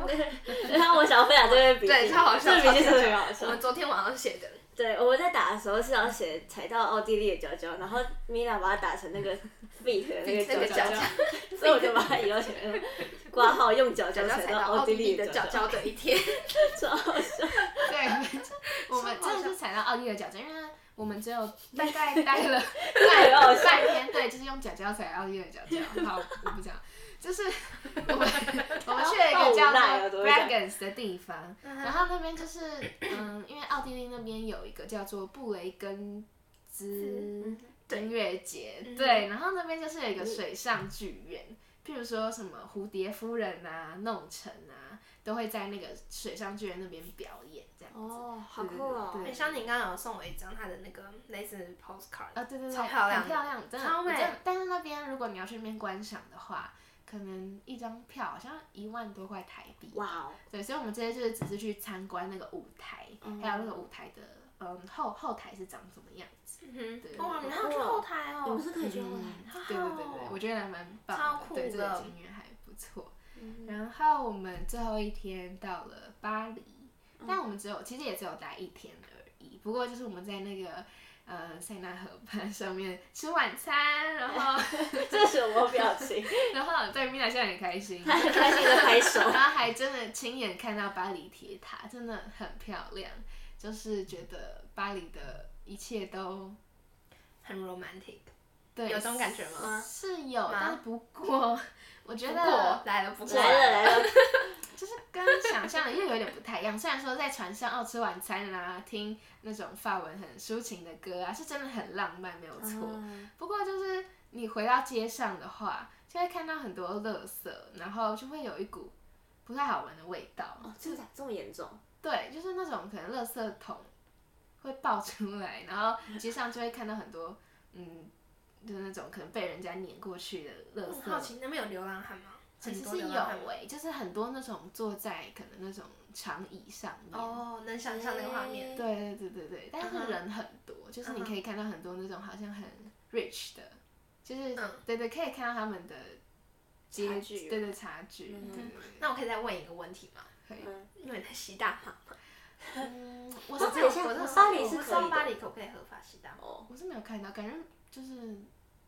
E: 然后我想要分享这篇笔记，
B: 对，超好笑。
E: 这个笔记真的很
B: 超
E: 好
B: 好笑
E: 笑嗯
B: 我。们昨天晚上写的，
E: 对，我在打的时候是要写踩到奥地利的脚脚，然后米娜把它打成那 个 feet 的那
B: 那
E: 个
B: 个
E: 脚
B: 脚
E: 脚
B: 脚，
E: 所以我就把它移到前面，挂号用脚脚
B: 脚
E: 踩
B: 踩到
E: 到
B: 奥
E: 奥地
B: 地
E: 利
B: 利
E: 的
B: 的
E: 脚
B: 脚
E: 脚，
B: 脚的一天，
E: 超好笑。
D: 对，反 正我们真的是踩到奥地利的脚脚，因为我们只有大概待 了半半天，对，就是用脚脚踩奥地利的脚脚。好，我不讲，就是我 们我们去了一个叫做 Bragans 的地方，
B: 啊
D: 然 后那边就是嗯，因为奥地利那边有一个叫做布雷根兹音乐节，
B: 嗯
D: 对，然后那边就是有一个水上剧院。譬如说什么蝴蝶夫人啊、弄臣啊，都会在那个水上剧院那边表演这样子。
E: 哦，好
D: 对对对对
B: 像你刚刚有送我一张他的那个类似 postcard，
D: 啊，对对对，
B: 超漂亮
D: 很漂亮，真的
B: 超美
D: 我真的但是那边如果你要去那边观赏的话，可能一张票好像一万多块台币。
E: 哇哦，
D: 对，所以我们这些就是只是去参观那个舞台，还有那个舞台的嗯后后台是长什么样子。
B: 嗯
D: 对
B: 哼，哇，你还要
E: 酷
B: 去
E: 哦
B: 后台
E: 你们
B: 哦，
E: 是可以去后
D: 嗯
E: 台，
D: 对对对对，我觉得还蛮棒的，
B: 超酷
D: 对这个
B: 的
D: 景点还不错。然后我们最后一天到了巴黎，但我们只有其实也只有待一天而已。不过就是我们在那个呃塞纳河畔上面吃晚餐，然后
E: 这是什么表 情？
D: 然后对米娜现在很开心，
E: 很开心的拍 手。
D: 然后还真的亲眼看到巴黎铁塔，真的很漂亮。就是觉得巴黎的一切都
B: 很 romantic，
D: 对，
B: 有这种感觉吗？
D: 是有，
B: 吗
D: 但是不过我觉
B: 不
D: 得
B: 过来了，不过
E: 来嗯了来了，
D: 就是跟想象的又有点不太一样。虽然说在船上哦吃晚餐啦、听那种法文很抒情的歌啊，是真的很浪漫，没有错。
B: 嗯
D: 不过就是你回到街上的话，就会看到很多垃圾，然后就会有一股不太好闻的味道。
E: 哦，真的假的这么严重？
D: 对，就是那种可能垃圾桶会爆出来，然后街上就会看到很多嗯，就是那种可能被人家碾过去的垃
B: 我
D: 圾。
B: 好奇那边有流浪汉吗？
D: 其
B: 很
D: 实
B: 多
D: 是有
B: 流浪汉吗
D: 诶、就是很多那种坐在可能那种长椅上面。
B: 哦，能想象那个画
E: 哎
B: 面。
D: 对对对对对，但
B: 嗯
D: 是
B: 哼
D: 人很多就是你
B: 嗯哼
D: 可以看到很多那种好像很 rich 的，就是、
B: 嗯
D: 对对，可以看到他们的
E: 差
D: 阶
E: 距
D: 对对差距，对对对。
B: 嗯那我可以再问一个问题吗？
D: 可以
E: 嗯
B: 因为你在吸大麻嘛，
D: 嗯，我
E: 都
D: 是
E: 可
D: 没
E: 以
D: 有
E: 下
B: 我真的
E: 巴黎
B: 我
E: 是
B: 不
E: 可
B: 知
E: 以
B: 道
E: 的
B: 巴黎可不可以合法吸大麻？
E: 哦，
D: 我是没有看到，感觉就是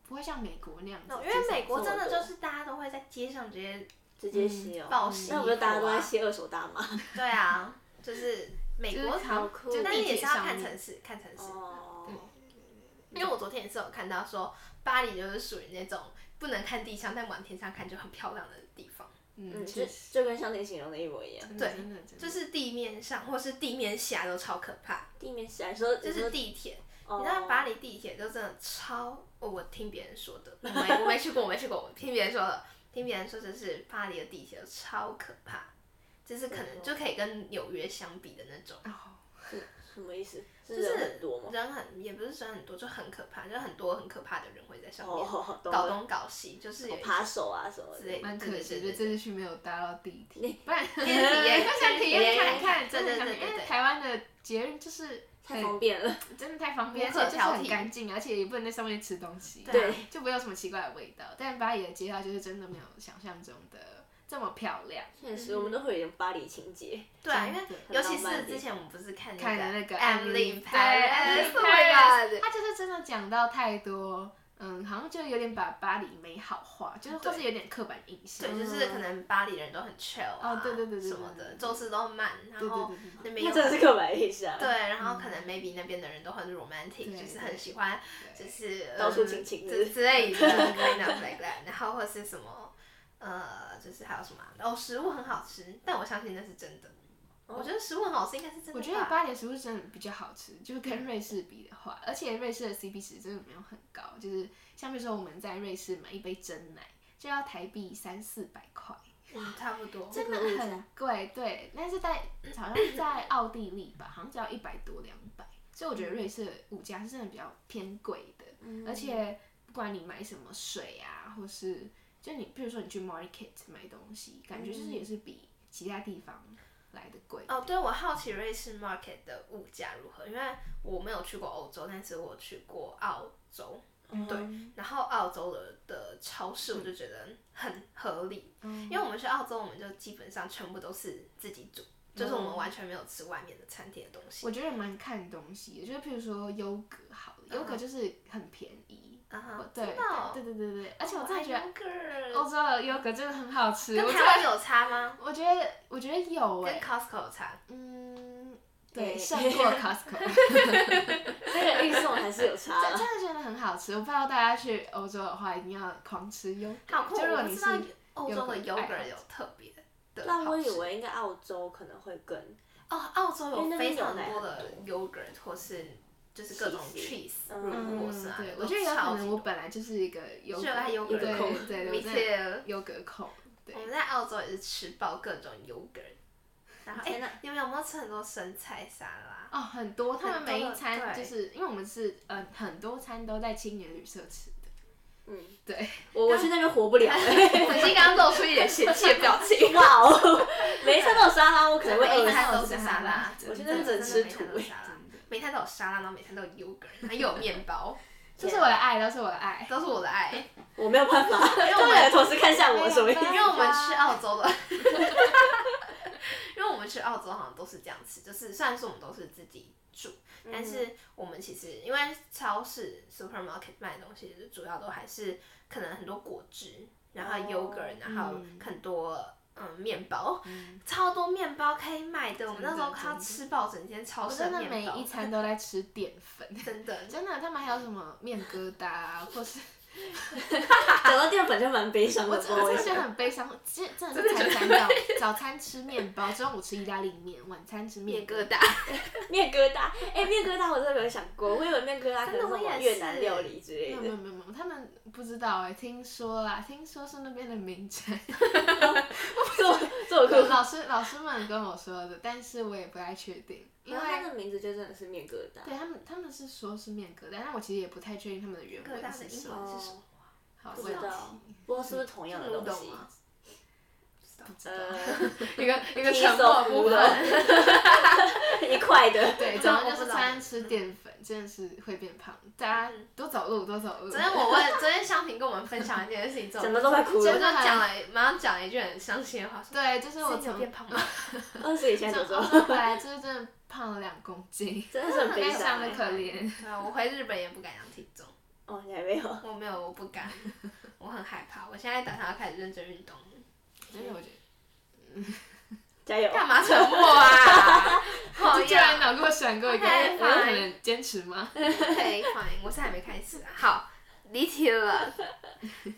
D: 不会像美国那样子
B: 哦因
D: 街上
B: 为美国
D: 做
B: 真的就是大家都会在街上直接，
E: 直接吸哦，
B: 暴吸
E: 那不是大家都
B: 衣服
E: 在
B: 啊
E: 吸二手大麻？
B: 对啊，就是美
D: 就是
B: 国
D: 好
E: 酷
D: 就
B: 但是
D: 地
B: 也
D: 铁
B: 是要
D: 上
B: 看
D: 面
B: 城市，看城市。
E: 哦，
B: 因为我昨天也是有看到说，巴黎就是属于那种不能看地上，但往天上看就很漂亮的地方，
D: 嗯，
E: 嗯，就
D: 确实
E: 就跟上天形容的一模一样。
D: 真
B: 对
D: 的真的真的
B: 就是地面上或是地面下都超可怕，
E: 地面起来说，哦
B: 就
E: 就是
B: 地铁。
E: 你
B: 你知道巴黎地铁就真的超，哦我听别人说的，我没我没去过，我没去过，我听别人说的，听别人说就是巴黎的地铁超可怕，就是可能就可以跟纽约相比的那种，
D: 哦，
E: 什么意思？
B: 就是是
E: 人很多吗？
B: 人很也不是人很多，就很可怕，就很多很可怕的人会在上面、
E: 哦懂了
B: 搞东搞西，就是有一
E: 扒手啊什么
B: 之类
E: 的哎
B: 的，
D: 蛮可惜的，
B: 对对
D: 这
B: 对
D: 次去没有搭到地铁，不然
B: 体验
D: 我想体验看看，
B: 对
D: 真的
B: 对
D: 想
B: 对
D: 体
B: 对
D: 验，因为
B: 对，
D: 台湾的节日就是
E: 太
D: 很
E: 方便了。
D: 真的太方便，而
B: 无可
D: 且就是
B: 挑
D: 很
B: 剔
D: 干净，而且也不能在上面吃东西，
B: 对啊
D: 就不会有什么奇怪的味道。但巴黎的街道就是真的没有想象中的这么漂亮，
E: 确实，我们都会有点巴黎情节。
B: 对啊，因
D: 真
B: 为
D: 的
B: 尤其
E: 很浪漫
B: 是
E: 的
B: 之前我们不是看
D: 看的那个
B: 《
D: 暗
B: M
D: 恋
B: 令
D: 对暗恋
B: Paris》，Oh my god！
D: 他就是真的讲到太多，嗯，好像就有点把巴黎美好化，就是或是有点刻板印象。
B: 对，就是可能巴黎人都很 chill 啊，
D: 嗯哦对对对对
B: 什么
D: 对
B: 的，
D: 对
B: 做事都很慢，然后
D: 对对对对
B: 那边
E: 那
B: 又
E: 真的是刻板印象。
B: 对，，然后可能 maybe 那边的人都很 romantic，
D: 嗯对
B: 就是很喜欢，
D: 对
B: 就是呃
E: 到处亲亲
B: 之之类 的 kind of like that，然后或是什么呃，就是还有什么啊哦，食物很好吃，但我相信那是真的。我觉得食物很好吃，应该是真的吧。
D: 哦我觉得巴黎的食物真的比较好吃，就是跟瑞士比的话，而且瑞士的 CP 值真的没有很高，就是像比如说我们在瑞士买一杯真奶就要台币三四百块，
B: 嗯差不多，
D: 真的很贵，对。但是在好像在奥地利吧，好像只要一百多两百，所以我觉得瑞士的物价是真的比较偏贵的，
B: 嗯
D: 而且不管你买什么水啊，或是就你比如说你去 market 买东西，感觉就是也是比其他地方来的贵。
B: 嗯哦，对，我好奇瑞士 market 的物价如何，因为我没有去过欧洲，但是我去过澳洲，
D: 嗯
B: 对，然后澳洲的的超市我就觉得很合理，
D: 嗯
B: 因为我们去澳洲，我们就基本上全部都是自己煮，就是我们完全没有吃外面的餐厅的东
D: 嗯
B: 西
D: 我，觉得蛮看东西的，就是譬如说优格好了，优格就是很便宜。
B: 嗯啊哈
D: 我对
B: 真的哦
D: 对对对对对，而且我真的觉得
B: 得
D: 欧洲的优格真的很好吃。
B: 跟
D: 我
B: 台湾有差吗？
D: 我觉得我觉得有哎、
B: 跟 Costco 有差？
D: 嗯，对，
E: 对
D: 胜过 Costco，
E: 这个运送还是有差
D: 真
E: 的。
D: 真的觉得很好吃。我不知道大家去欧洲的话，一定要狂吃优格。
B: 好酷！
D: 就如
B: 我
D: 果
B: 不
D: 你
B: 知
D: 是
B: 道欧洲的
D: yogurt 爱好
B: yogurt
D: 者
B: 有特别的好吃，
E: 但我以为应该澳洲可能会更
B: 哦，澳洲
E: 因为
B: 有
E: 那
B: 非
E: 边
B: 常
E: 牛奶
B: 多
E: 很
B: 的 yogurt 或是就是各种
E: Cheese
B: cheese
E: 嗯
B: 乳果是啊，
D: 对，
B: 都
D: 我觉得有可
B: 超级
D: 能
B: 多
D: 我本来就是一个优格
B: 热爱 yogurt
D: 对对
E: 控
D: 对，对
B: Me
D: 我真的
B: too
D: 优格控。对
B: 我，们在澳洲也是吃爆各种 yogurt，然后哎、
E: 天哪
B: 你们有没有吃很多生菜沙 拉？
D: 哦，很多，他们
B: 很多
D: 每一
B: 的
D: 餐
B: 对
D: 就是因为我们是呃很多餐都在青年旅社吃的，
E: 嗯，
D: 对，
E: 我我去那边活不了。欸
B: 粉心刚刚露出一脸嫌弃的表情，
E: 哇 哦，每一餐都有沙拉，我可能会
B: 每一
E: 饿
B: 餐
E: 死。
B: 都是沙拉，
D: 我
E: 现在
B: 真的
E: 只能吃土
B: 真的每一餐都有沙拉，每一餐都有沙拉，然后每一餐都有 yogurt，还有面包，
D: 这是我的爱，都是我的爱。
B: 都是我的爱。
E: 我没有办法，
D: 啊
B: 我
E: 他
B: 们
E: 们两个同时看向我，什么意
D: 没
E: 思
D: 有
B: 因为我们去澳洲的，因为我们们去澳洲好像都是这样吃，就是虽然说我们都是自己煮，但是我们其实因为超市 supermarket 卖的东西，就主要都还是可能很多果汁，然后 yogurt，、然后很多。嗯，面包、超多面包可以买的，我们那时候快要吃爆整间超
D: 我
B: 市
D: 真的
B: 面包，
D: 每一餐都在吃淀粉，
B: 真 的
D: 真的，他们还有什么面疙瘩啊，或 是
E: 讲到淀粉就蛮悲伤
D: 我
E: 的，不知
D: 真
E: 道为
D: 的
E: 什
D: 是
E: 么。
D: 很悲伤，真真的是餐餐到早餐吃面包，中午吃意大利面，晚餐吃面
B: 面疙瘩。
E: 面疙瘩，哎、面疙瘩我真的没有想过，我以为面疙瘩可能
B: 真的我也
E: 是
B: 是
E: 越南料理之
D: 没
E: 类
D: 有没有
E: 的。
D: 没有没有，他们不知道哎、听说啦，听说是那边的名 产。
E: 这我这我酷。
D: 老师老师们跟我说的，但是我也不太确定，因
E: 因
D: 为
E: 为
B: 啊
E: 它的名字就真的是面疙瘩。
D: 对他们他们是说是面疙瘩，但我其实也不太确定他们的原
B: 疙
D: 文
B: 瘩的
D: 是什
B: 英
D: 么。
B: 文是什么？
D: 好
E: 不
D: 问
E: 知
D: 题，
E: 道，不知道是不是同样的
B: 这个
E: 东
B: 我
E: 西
B: 懂。啊
D: 不知道。
E: 呃，
D: 一个一个
E: 踢
D: 沉默
E: 手
D: 不
E: 服
D: 语。
E: 了， 一块的。
D: 对，主要就是餐吃淀粉，真的是会变胖。大家多走路，多走路。
B: 昨天嗯我问，昨天香婷跟我们分享一件事情之后，
E: 讲的都快哭
B: 我就
E: 了。
B: 讲了，马上讲了一句很伤心的话， 说
D: 对，就是我
B: 自己有
D: 从
B: 变胖吗？
E: 二十以前
D: 从
E: 的时
D: 欧洲
E: 候，
D: 回哦来，就是真的胖了两公 斤，
E: 真的是很
D: 非
E: 悲伤
D: 常的。可怜。
B: 对啊，我回日本也不敢量体重，
E: 哦，你还没有。
B: 我没有，我不敢， 我很害怕。我现在打算要开始认真运动了，
D: 真的，我觉得
E: 加油！
B: 干嘛沉 默啊？好
D: 就突然
B: 呀
D: 脑给我闪过一个，哎
B: 太
D: 我有可
B: 烦
D: 能坚持吗？
B: ，OK fine，我是还没开始啊。好，离 题了。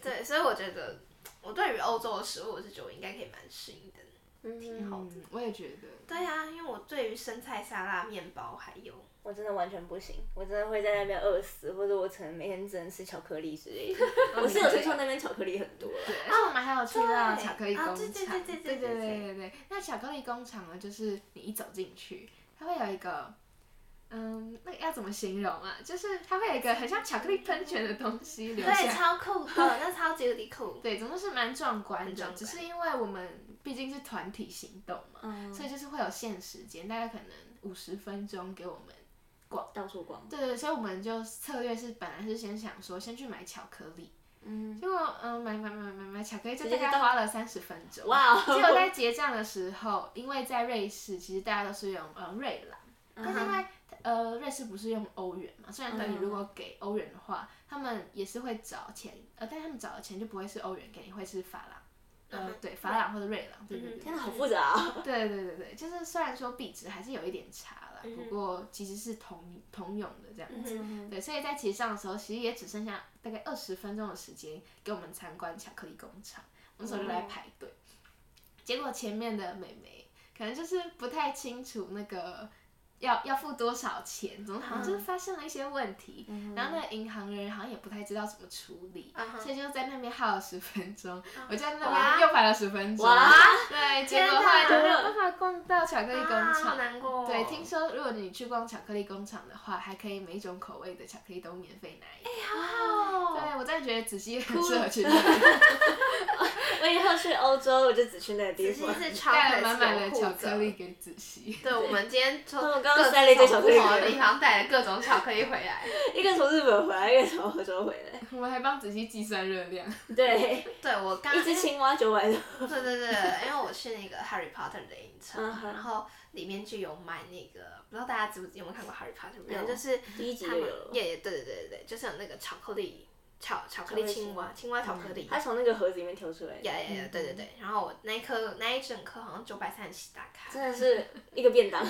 B: 对，所以我觉得我对于欧洲的食物，我是觉得我应该可以蛮适应的。
E: 嗯，
B: 好
D: 嗯，我也觉得。
B: 对啊，因为我对于生菜沙拉、面包还有
E: 我真的完全不行，我真的会在那边饿死，或者我可能每天只能吃巧克力之类的。我是有听说那边巧克力很多啦。
D: 对，而且我们还有去到
B: 哦对
D: 巧克力工
B: 啊
D: 厂，
B: 对对对对
D: 对对
B: 对对
D: 对对对那巧克力工厂呢，就是你一走进去，它会有一个，嗯，那个要怎么形容啊？就是它会有一个很像巧克力喷泉的东西流
B: 对，
D: 下。
B: 超酷的，那超级无敌酷。
D: 对，总之是蛮壮观
B: 很
D: 的
B: 壮，观
D: 只是因为我们毕竟是团体行动嘛，
E: 嗯
D: 所以就是会有限时间，大概可能五十分钟给我们。
E: 到处逛。
D: 对对，所以我们就策略是本来是先想说先去买巧克力，
E: 嗯，
D: 结果嗯买买买买买巧克力，就
E: 直
D: 大
E: 接就
D: 概
E: 到
D: 花了三十分钟。
E: 哇
D: 只有
E: 哦！
D: 在 结账的时候，因为在瑞士，其实大家都是用呃瑞郎，
E: 嗯
D: 但是因为呃瑞士不是用欧元嘛，虽然说你如果给欧元的话，他们也是会找钱，呃，但他们找的钱就不会是欧元给你，会是法郎。
E: 嗯
D: 呃，对，法郎或者瑞郎，对对对，
E: 天哪，好复杂啊！
D: 对对对对，就是虽然说币值还是有一点差啦，
B: 嗯哼
D: 不过其实是同同泳的这样子。
E: 嗯
D: 对，所以在其上的时候，其实也只剩下大概二十分钟的时间给我们参观巧克力工厂。我们那时候就
B: 哦
D: 来排队，结果前面的美眉可能就是不太清楚那个要要付多少钱，总之好像
B: 嗯
D: 就是发生了一些问题。然后那个银行人好像也不太知道怎么处理，
B: 嗯哼嗯
D: 所以就在那边耗了十分钟。我就在那
B: 哇
D: 边又排了十分钟，
E: 哇
D: 对，结果
B: 天
D: 后来就
B: 哪
D: 没有办法逛到巧克力工
B: 啊
D: 厂
B: 好。难过哦。
D: 对，听说如果你去逛巧克力工厂的话，还可以每一种口味的巧克力都免费拿一个。
B: 哦，
D: 对，我真的觉得子熙很适合去 那里，
E: 我以后去欧洲，我就只去那个地
B: 只是
E: 方。
B: 是超
D: 带
B: 可
D: 了满满的
B: 惜我
D: 巧
B: 护着
D: 克力。给子 熙。
B: 对，我们今天从
E: 他
B: 各
E: 们刚刚塞了一堆巧克力
B: 从不同的地方带了各种巧克力回来。
E: 一个从日本回来，一个从欧洲回来。
D: 我们还帮子熙计算热量，
E: 对，
B: 对，我刚
E: 一只青蛙九百多。
B: 对对对，因为我去那个 Harry Potter 的影城，
E: 嗯哼
B: 然后里面就有卖那个，不知道大家知不知有没有看过 Harry Potter，反正
E: 有
B: 就是
E: 第一集
B: 他
E: 就
B: 们
E: 有了
B: 也也对对对对对，就是有那个巧克力巧巧克力青蛙，青蛙巧克力。
E: 它从那个盒子里面跳出来，
B: 呀呀呀！对对对，然后我那一颗那一整颗好像九百三十大卡，
E: 真的是一个 便当。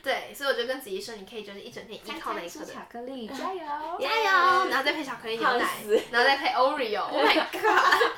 B: 对，所以我就跟子怡说，你可以就是一整天依靠那一颗
D: 吃
B: 的，
D: 巧克 力，加油！
B: 加油，然后再配巧克力牛奶
E: 胖死，
B: 然后再配 Oreo，Oh my god！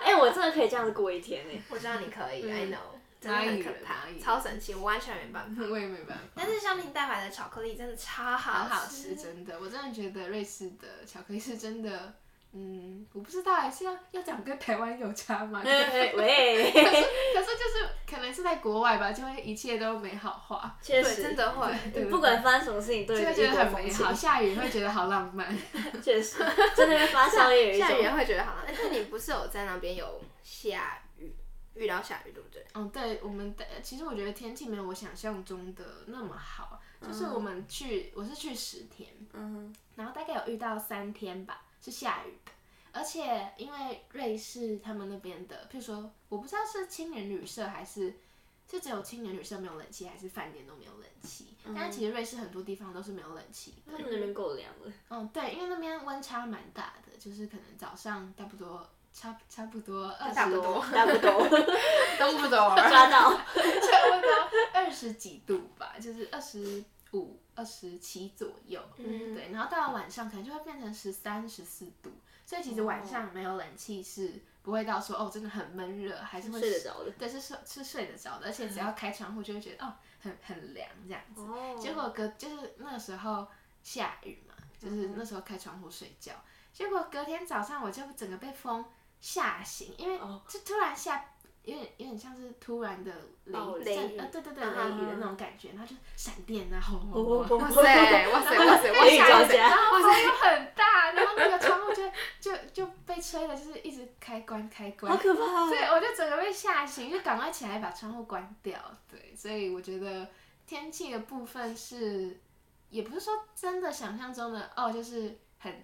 E: 哎、我真的可以这样子过一天哎、
B: 我知道你可以，I know，真的
D: 蚂
B: 很
D: 蚁
B: 可
D: 人
B: 怕
D: 蚂蚁，人
B: 超神奇，我完全没办法。
D: 我也没办法。
B: 但是香婷带回来的巧克力真的超
D: 好
B: 好
D: 好吃，真的，我真的觉得瑞士的巧克力是真的，嗯，我不知道还是要要讲跟台湾有差 吗？
E: 欸。喂，
D: 可是就是可能是在国外吧，就会一切都美好化，
E: 确
B: 对，真
E: 实，
B: 的会。
D: 对
E: 不管发生什么事情都有
D: 就会
E: 一
D: 觉得
E: 股
D: 很
E: 风
D: 美好。
E: 情。
D: 下雨会觉得好浪漫，
E: 确实，在那边发烧也有一
B: 下雨也
E: 种。
B: 会觉得好像，哎但你不是有在那边有下雨，遇到下雨对不对？
D: 嗯，对，我们的其实我觉得天气没有我想象中的那么好，就是我们去我是去十天，
E: 嗯，
D: 然后大概有遇到三天吧是下雨的，而且因为瑞士他们那边的，譬如说我不知道是青年旅社还是就只有青年旅社没有冷气，还是饭店都没有冷气。但是其实瑞士很多地方都是没有冷气的。
E: 他们那边够凉了。
D: 嗯，对，因为那边温差蛮大的，就是可能早上差不多差差不多二十
B: 差不多
E: 大不 懂，
D: 都不懂，
E: 抓到。
D: 差不多二十几度吧，就是二十五、二十七左右。
E: 嗯
D: 对，然后到了晚上可能就会变成十三、十四度，所以其实晚上没有冷气是不会到说哦真的很闷热，还是会
E: 睡得着的
D: 对，是睡是睡得着的，而且只要开窗户就会觉得哦很很凉这样子。
E: 哦
D: 结果隔就是那个时候下雨嘛，
E: 嗯
D: 就是那时候开窗户睡觉，结果隔天早上我就整个被风吓醒，因为
E: 哦
D: 就突然下。有点有点像是突然的雷
E: 暴
D: 阵
B: 雷雨
D: 啊，对对对，雷雨的那种感觉，然后就闪电啊，轰轰
E: 哦
D: 轰，
B: 哇塞哇塞哇塞哇
E: 雷雨交
B: 塞！
E: 加
D: 然后风又很大，然后那个窗户就就就被吹的，就是一直开关开关
E: 好，可怕哦
D: 对，我就整个被吓醒，就赶快起来把窗户关掉。对，所以我觉得天气的部分是，也不是说真的想象中的哦，就是很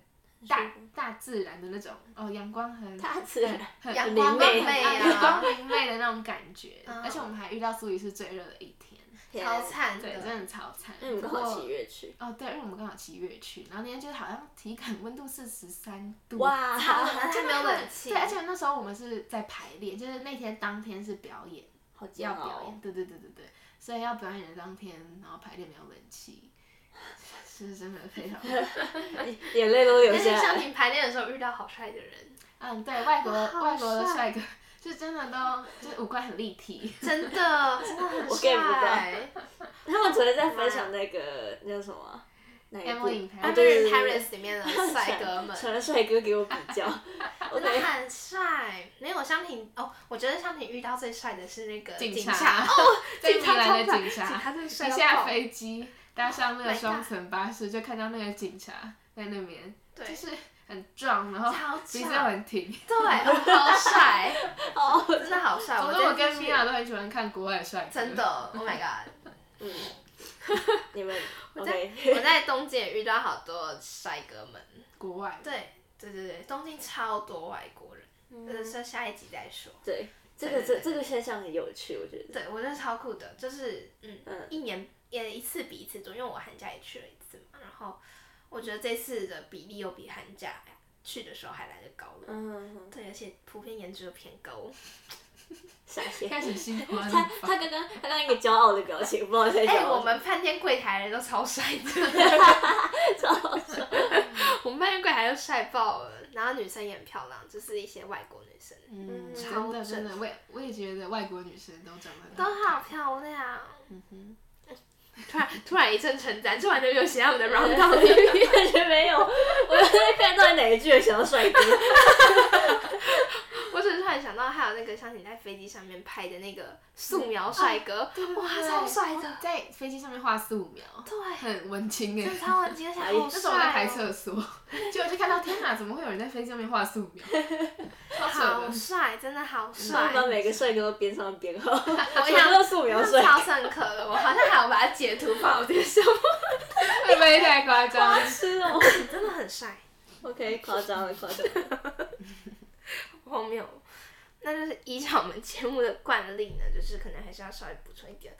D: 大大自然的那种哦，阳光很
E: 大自然
D: 很
B: 阳
D: 很
B: 光
E: 明哦
B: 明媚
D: 啊
B: 啊，
D: 阳光明媚的那种感觉。
B: 嗯
D: 而且我们还遇到苏黎世最热的一天，
B: 超惨
D: 对，
B: 的，
D: 真的超惨。
E: 嗯因为嗯我们刚
D: 不
E: 好
D: 过
E: 七月去，
D: 哦，对，因为我们刚好七月去，然后那天就是好像体感温度四十三度，
E: 哇，
B: 超完全没有冷气，
D: 对，而且那时候我们是在排练，就是那天当天是表演，
E: 好煎
D: 要
E: 熬
D: 表演，
E: 哦。
D: 对对对对对，所以要表演的当天，然后排练没有冷气， 是真的非 常，
E: 眼泪都流
B: 而且
E: 下
B: 像
E: 来。
B: 你排练的时候遇到好帅的人，
D: 嗯，对外国
B: 好
D: 外国的
B: 帅
D: 帅哥，就真的都就是五官很立体，
B: 真的真的很
E: 我 get 不到
B: 帅。
E: 他们昨天在分享那个那叫什么啊？哪一部
D: Emily in Paris
E: 啊
B: 《
E: 对对对
B: Emily in
E: 对
B: Paris》里面的帅 哥们，
E: 传传帅哥给我比 较，我
B: 真的
E: 得
B: 很帅。没有香婷哦，我觉得香婷遇到最帅的是那个
D: 警
B: 察
D: 察
B: 哦，
D: 在
B: 警
D: 米
B: 察
D: 兰的
B: 超
D: 警
B: 警察
D: 察，
B: 真的帅哦
D: 一
B: 到
D: 下
B: 爆
D: 飞机搭上那
B: Oh
D: 个
B: my
D: 双
B: God
D: 层巴士，就看到那个警察在那边，
B: 对
D: 就是很壮，然后
B: 超
D: 鼻子又
B: 壮
D: 很挺。
B: 对，哦好帅，
E: 哦，
B: 真的好帅。
D: 我
B: 我
D: 说我
B: 这
D: 跟
B: 次
D: 米
B: 去
D: 娅都很喜欢看国外帅哥，
B: 真的，Oh my god！
E: 嗯，你们 OK？
B: 我在东京也遇到好多帅哥们，
D: 国外。
B: 对对对对，东京超多外国人，
E: 嗯
B: 这是下一集再说。
E: 对，这个这
B: 对对
E: 这个现象很有趣，我觉得。
B: 对，我觉得超酷的，就是嗯，
E: 嗯
B: 一年也一次比一次多，因为我寒假也去了一次嘛，然后我觉得这次的比例又比寒假去的时候还来得高了。
E: 嗯，
B: 对，而且普遍颜值又偏高，
E: 下线。
D: 开始 心花怒
E: 他
D: 放
E: 他刚刚他刚刚一个骄傲的表情，不知道在
B: 哎、
E: 骄傲
B: 我
E: 什么。
B: 们饭店柜台人都超帅的，
E: 超帅
B: 我们饭店柜台都帅爆了，然后女生也很漂亮，就是一些外国女生，
D: 嗯，
B: 超
D: 真的真的，
B: 正
D: 我也我也觉得外国女生都长得
B: 都
D: 很
B: 好漂亮。
D: 嗯哼，
B: 突然突然一阵称赞，突然就又写到我们的 round down 里面。
E: 感觉没有，我又在看到底哪一句有想到帅哥，
B: 我只是突然想到，还有那个像你在飞机上面拍的那个素描帅哥，哇，超帅的，
D: 在飞机上面画素描，
B: 对，
D: 很文青哎、
B: 真的超哦文静，而且
E: 哎
B: 好
D: 那时候我在
B: 帅
D: 排
B: 哦，
D: 厕所，结果就看到天哪，怎么会有人在飞机上面画素描？超扯
B: 好
D: 的，
B: 帅，真的好帅，
E: 把每个帅哥都编上编号，我
B: 想
E: 想都素描帅。
B: 超深刻的。我好像还有把它截图放我这个小
D: 会不会太夸张？
E: 是哦
B: 真的很帅，
E: ，OK，夸张了，夸张了。
B: 荒谬。那就是依照我们节目的惯例呢，就是可能还是要稍微补充一点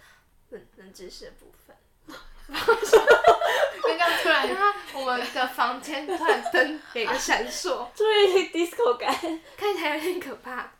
B: 冷冷知识的部分。
D: 刚刚突然
B: 刚刚我们的房间 突然灯有一个闪烁，
E: 注意 disco 感，
B: 看起来有点可怕。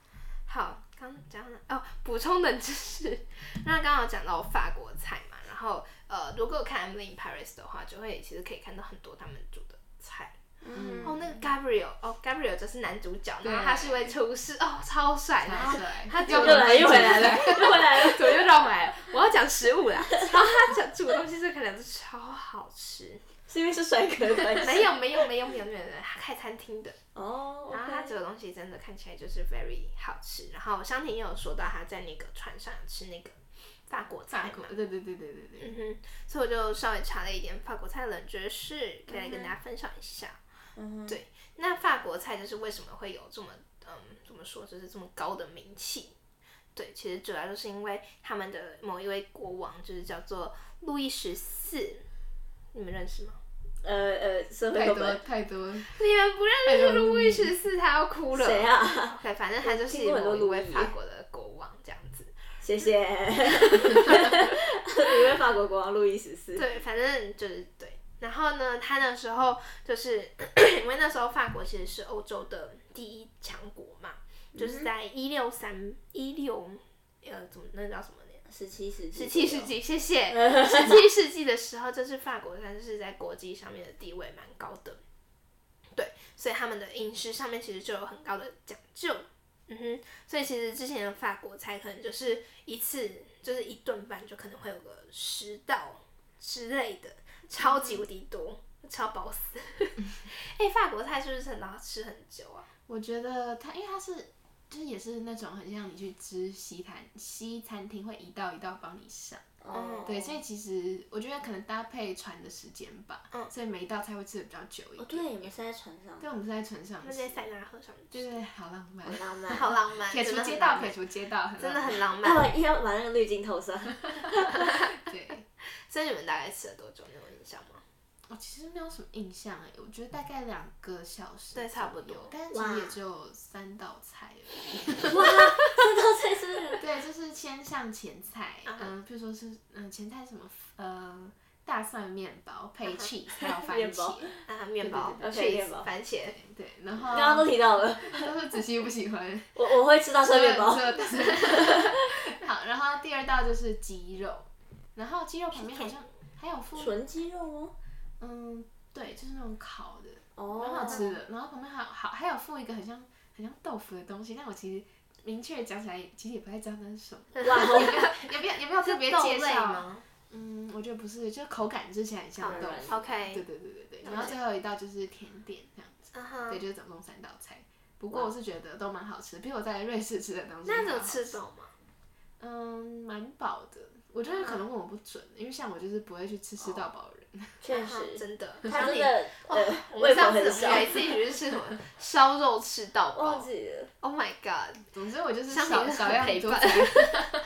B: 好，刚讲了哦，补充的知识。那刚刚有讲到法国菜嘛，然后呃，如果有看《Emily in Paris》的话，就会其实可以看到很多他们煮的菜。
D: 嗯
B: 哦，那个 Gabriel，哦，Gabriel 就是男主角，然后他是一位厨师，哦，超帅，然后
D: 超帅
B: 他
D: 又
B: 煮
E: 又
B: 的
E: 来又回来了，又回来了。
B: 怎么又绕回来了？我要讲食物啦，然后他讲煮的东西这可能是超好吃，
E: 是因为是帅哥的关系。
B: 没有啊没有没有没有没有，没有他开餐厅的，
E: 哦，OK，
B: 然后它这个东西真的看起来就是 very 好吃。然后香婷也有说到她在那个船上吃那个法国
D: 法
B: 菜
D: 国
B: 嘛，，
D: 对对对对对对，
B: 嗯哼，所以我就稍微查了一点法国菜冷知识，可以来跟大家分享一下。
E: 嗯哼
B: 对，那法国菜就是为什么会有这么嗯怎么说，就是这么高的名气？对，其实主要就是因为他们的某一位国王就是叫做路易十四，你们认识吗？
E: 呃呃，社会
D: 太
E: 课
D: 多
E: 本，
D: 太多，
B: 你们不认识路易十四，他要哭了。
E: 谁啊？
B: 对，反正他就是
E: 听过很多
B: 某一
E: 路
B: 位
E: 易
B: 法国的国王这样子。
E: 谢 谢。一位法国国王路易十四，
B: 对，反正就是对。然后呢，他那时候就是 因为那时候法国其实是欧洲的第一强国嘛，
E: 嗯
B: 就是在一六三一六呃，怎么那叫什么年？
E: 十七世纪，
B: 十七世纪，谢谢。十七世纪的时候，就是法国，它就是在国际上面的地位蛮高的，对，所以他们的饮食上面其实就有很高的讲究，嗯哼，所以其实之前的法国菜可能就是一次就是一顿饭就可能会有个十道之类的，超级无敌多，超饱死。 哎、法国菜是不是很难吃很久啊？
D: 我觉得它，因为它是，就是也是那种很像你去吃西餐西餐厅会一道一道帮你上，
E: 哦，
D: 对，所以其实我觉得可能搭配船的时间吧，
B: 嗯
D: 所以每一道菜会吃的比较久一
E: 哦
D: 点。
E: 对，你们是在船上，
D: 对，我们是在船上
B: 那
D: 吃
B: 些，塞纳河上面
D: 对
B: 吃，
D: 对，对好浪漫，
E: 浪漫，
B: 好浪漫，
D: 撇
B: 真
D: 除
B: 的很
D: 街
B: 浪
D: 道，
B: 漫
D: 撇除街道，很
B: 真
D: 浪
B: 的
D: 漫
B: 很浪漫
E: 要。把要把那个滤镜透 上，
D: 对。
B: 所以你们大概吃了多久？你有印象吗？
D: 我哦其实没有什么印象哎，我觉得大概两个小时左右，
B: 对差不多
D: 但是其
E: 哇
D: 实也只有三道菜而已。
E: 这都才是
D: 对，就是先上前菜，嗯、比如说是嗯、前菜什么呃大蒜面包配 cheese 还有番
E: 嗯面包
D: 茄，
B: 啊，面包、
E: 对对对
B: cheese
E: 面包
B: 番 茄，
D: 对，然
E: 刚刚
D: 后
E: 都提到了，
D: 都是子熙不喜欢，
E: 我我会吃到这面包
D: 除，了除了大蒜好，然后第二道就是鸡肉，然后鸡肉旁边好像还有附
E: 纯鸡肉吗？
D: 嗯对，就是那种烤的，
E: 哦，
D: 蛮好吃的。然后旁边还有好还有附一个很像很像豆腐的东西，但我其实明确讲起来，其实也不太知道那是 什么，
E: 哇 哦，
D: 也没有也没有特别
B: 豆
D: 介
B: 类
D: 绍。
B: 吗
D: 嗯，我觉得不是，就口感之前很像豆
E: 当然
D: 腐。对
B: ？OK，
D: 对对对对。然后最后一道就是甜点这样子，
B: 嗯哼
D: 对，就是总共三道菜。不过我是觉得都蛮好吃，比我在瑞士吃的东西。
B: 那怎么吃？饱吗？
D: 嗯，蛮饱的。我觉得
B: 嗯
D: 可能问我不准，因为像我就是不会去吃
B: 哦
D: 吃到饱的人。
E: 确
B: 啊
E: 实，
B: 真的，
E: 他
B: 像
E: 真
B: 你
E: 的呃
B: 我
E: 胃
B: 们
E: 口
B: 上次我
E: 很小
B: 们，有一次一起去吃什么烧肉吃到饱
E: 忘记了，
B: ，Oh my god！
D: 总之我就是
B: 相比
D: 少
B: 就是
D: 少量
B: 陪
D: 多
B: 伴
D: 餐，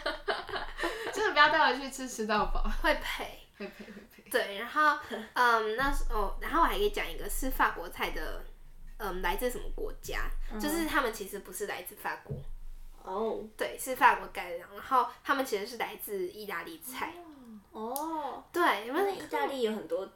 D: 真的不要带我去吃吃到饱，
B: 会配。
D: 会赔
B: 哎
D: 会赔。
B: 对，然 后嗯，那时候，然后我还可以讲一个是法国菜的，嗯，来自什么国家？就是他们其实不是来自法国，
E: 哦
B: 对，是法国改良，然后他们其实是来自意大利菜。
E: 哦，
B: 对，因
E: 但
B: 为
E: 是意大利有很多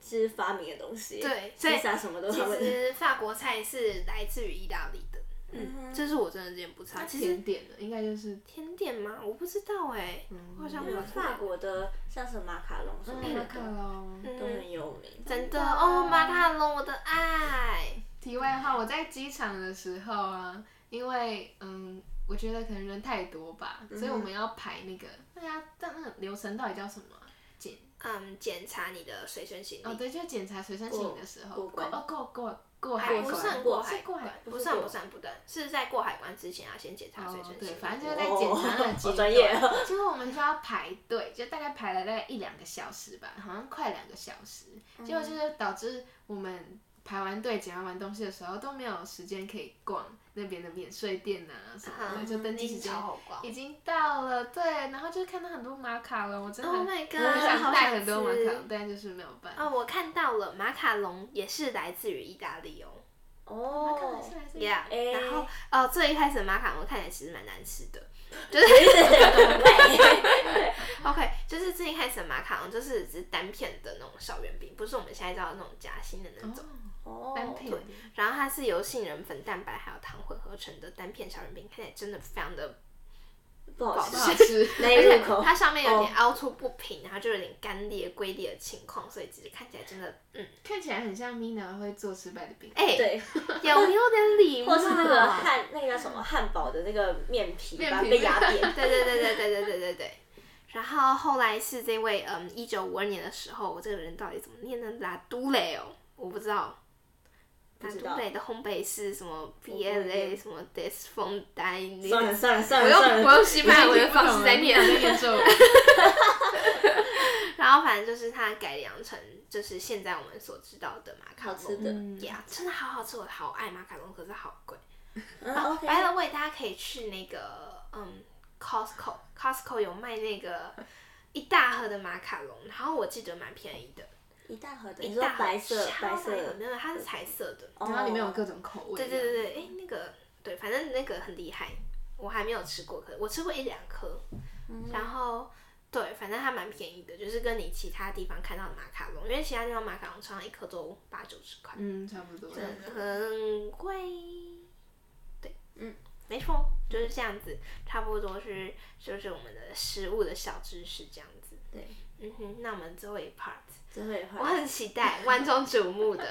E: 是发明的东西，
B: 对所以
E: 披萨什么都是
B: 其
E: 他们的，
B: 实法国菜是来自于意大利的，嗯，这是我真的有点不知道。其实
D: 甜点呢，应该就是
B: 甜点吗？我不知道哎、我好像没有
E: 嗯法国的嗯像是马卡龙什么
D: 马
E: 的
D: 卡龙。
E: 都很有名，
B: 真的哦，马卡龙我的爱，
D: 题外话，我在机场的时候啊，因为嗯，我觉得可能人太多
B: 嗯
D: 吧，所以我们要排那个，对啊，但那个流程到底叫什么啊？检
B: 嗯，检查你的随身行李。
D: 哦，对，就是检查随身行李的时候，
E: 过过关
D: 哦过过过海
B: 还
D: 关，
B: 不算
E: 过
B: 过
D: 是
B: 海
D: 过
B: 关
D: 海，
B: 不算不算不算，是在过海关之前要先检查随身
D: 哦，
B: 行
D: 对，
B: 李。
D: 反正就是在检
E: 哦
D: 查那个阶
E: 好
D: 段，
E: 专业哦，
D: 就是我们就要排队，就大概排了大概一两个小时吧，好像快两个小时。结
B: 嗯
D: 果就是导致我们排完队、检查完东西的时候都没有时间可以逛那边的免税店啊什么的，
B: 嗯
D: 就登记时间
B: 超好逛
D: 已经到了，对，然后就看到很多马卡龙，我真的很
B: Oh my god，
D: 我
B: 好
D: 想带
B: 想
D: 很多马
B: 吃
D: 卡龙，但就是没有办法。
B: 哦，我看到了，马卡龙也是来自于意大利哦。
E: 哦，
D: 是来自于
B: Yeah，、
E: 诶
B: 然后哦，最一开始的马卡龙看起来其实蛮难吃 的。OK，就是 最一开始的马卡龙就是只是单片的那种小圆饼，不是我们现在知道的那种夹心的那种。
E: 哦，
D: 单品，
B: 然后它是由杏仁粉、蛋白还有糖混合成的单片小圆饼，看起来真的非常的
E: 不好
D: 不
E: 吃，
D: 好吃。
E: 没
B: 而且
E: 哎入口，哦
B: 它上面有点凹凸不平，然后就有点干裂、龟裂的情况，所以其实看起来真的，嗯，
D: 看起来很像 Mina 会做失败的饼，
B: 哎、
E: 对，
B: 有没有点礼貌？
E: 或是那个汉那个叫什么汉堡的那个面皮吧
D: 面皮
E: 被压 扁，
B: 对对对对对对对对对。然后后来是这位，嗯，一九五二年的时候，我这个人到底怎么念呢？拉都雷哦，我不知道。拉
E: 知道
B: 都雷的烘焙是什么
E: 我不会
B: BLA 什么 Des f o n d i n
E: 算了算了算
B: 我
E: 了
B: 用
E: 算
B: 我
E: 了，
B: 用西班牙文的方式在念，
D: 在念 咒。
B: 然后反正就是它改良成就是现在我们所知道的马
E: 好
B: 卡龙，
E: 吃的，
D: 嗯
B: 呀真的好好吃，我好爱马卡龙，可是好贵。
E: 嗯
B: 啊
E: OK，
B: by the way，大家可以去那个嗯 Costco，Costco 有卖那个一大盒的马卡龙，然后我记得蛮便宜的，
E: 一大盒的，你
B: 一
E: 说
B: 大盒
E: 白色
B: 超
E: 白
B: 大盒
E: 色的哦
B: 没，有，它是彩色的。
E: 然
D: 然后里面有各种口味。啊
B: 对对对对，哎，那个对，反正那个很厉害。我还没有吃过，可我吃过一两颗，然后对，反正它蛮便宜的，就是跟你其他地方看到的马卡龙，因为其他地方马卡龙常常一颗都八九十块，
D: 嗯，差不多。
B: 很贵。对，嗯，没错，就是这样子，差不多是就是我们的食物的小知识这样子。
E: 对，
B: 嗯哼，那我们最后一 part，
E: 真会坏。
B: 我很期待，万众瞩目的，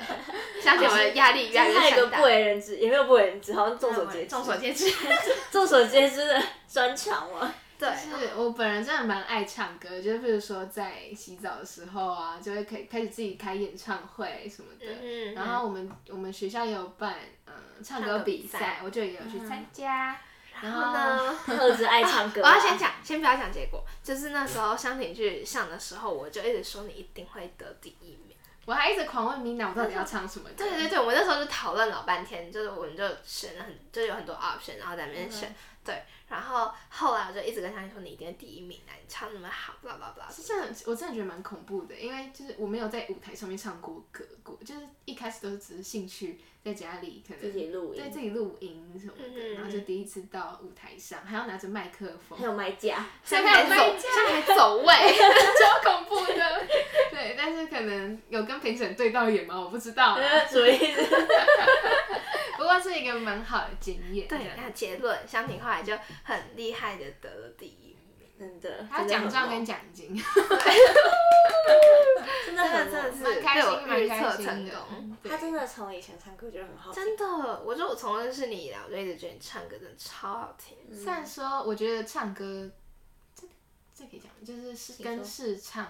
B: 相信我的压力越来
E: 但
B: 越
E: 是还有一
B: 强
E: 个
B: 大
E: 不。为人知，也没有不为人知，好像众所
B: 对
E: 皆知，
B: 众所皆知，
E: 众所皆知的专场嘛。
B: 对，
D: 就是我本人真的蛮爱唱歌，就是比如说在洗澡的时候啊，就会开开始自己开演唱会什么的。
B: 嗯
D: 然后我们我们学校也有办嗯、呃唱歌比
B: 唱歌比
D: 赛
B: 赛，
D: 我就也有去参加。然
B: 嗯然后呢？
E: 特质爱唱歌
B: 我
E: 啊，
B: 要先讲，先不要讲结果，就是那时候香婷去上的时候，我就一直说你一定会得第一名。
D: 我还一直狂问米娜我到底要唱什么歌。
B: 对对对，我们那时候就讨论老半天，就是我们就选了很，就有很多 option，然后在那边选。对，然后后来我就一直跟香婷说你一定会第一名啊，你唱那么好，blah blah blah。
D: 真的，我真的觉得蛮恐怖的，因为就是我没有在舞台上面唱过歌过，就是一开始都是只是兴趣，在家里可能
E: 自己录
D: 对自己
E: 音，
D: 录音什么的，
B: 嗯
D: 然后就第一次到舞台上，还要拿着麦克风
E: 还，有卖家，
B: 现在还走，现在还走位。
D: 超恐怖的。对，但是可能有跟评审对到眼吗？我不知道 啊，
E: 什么意思？
D: 不过是一个蛮好的经验。
B: 对，那结论，香婷后来就很厉害的得了第一名。
E: 真的，
D: 还有奖状跟奖金，
E: 真的很
B: 真的
E: 猛
B: 是
D: 蛮开心，
B: 被我预
D: 蛮
B: 测
D: 开心
B: 成
D: 的
B: 功。
D: 对
E: 他真的从以前唱歌就很好，
B: 真的，我觉得我从认识你以来，我就一直觉得你唱歌真的超好听。
E: 嗯
D: 虽然说，我觉得唱歌，这这可以讲吗，就是是
E: 说
D: 跟试唱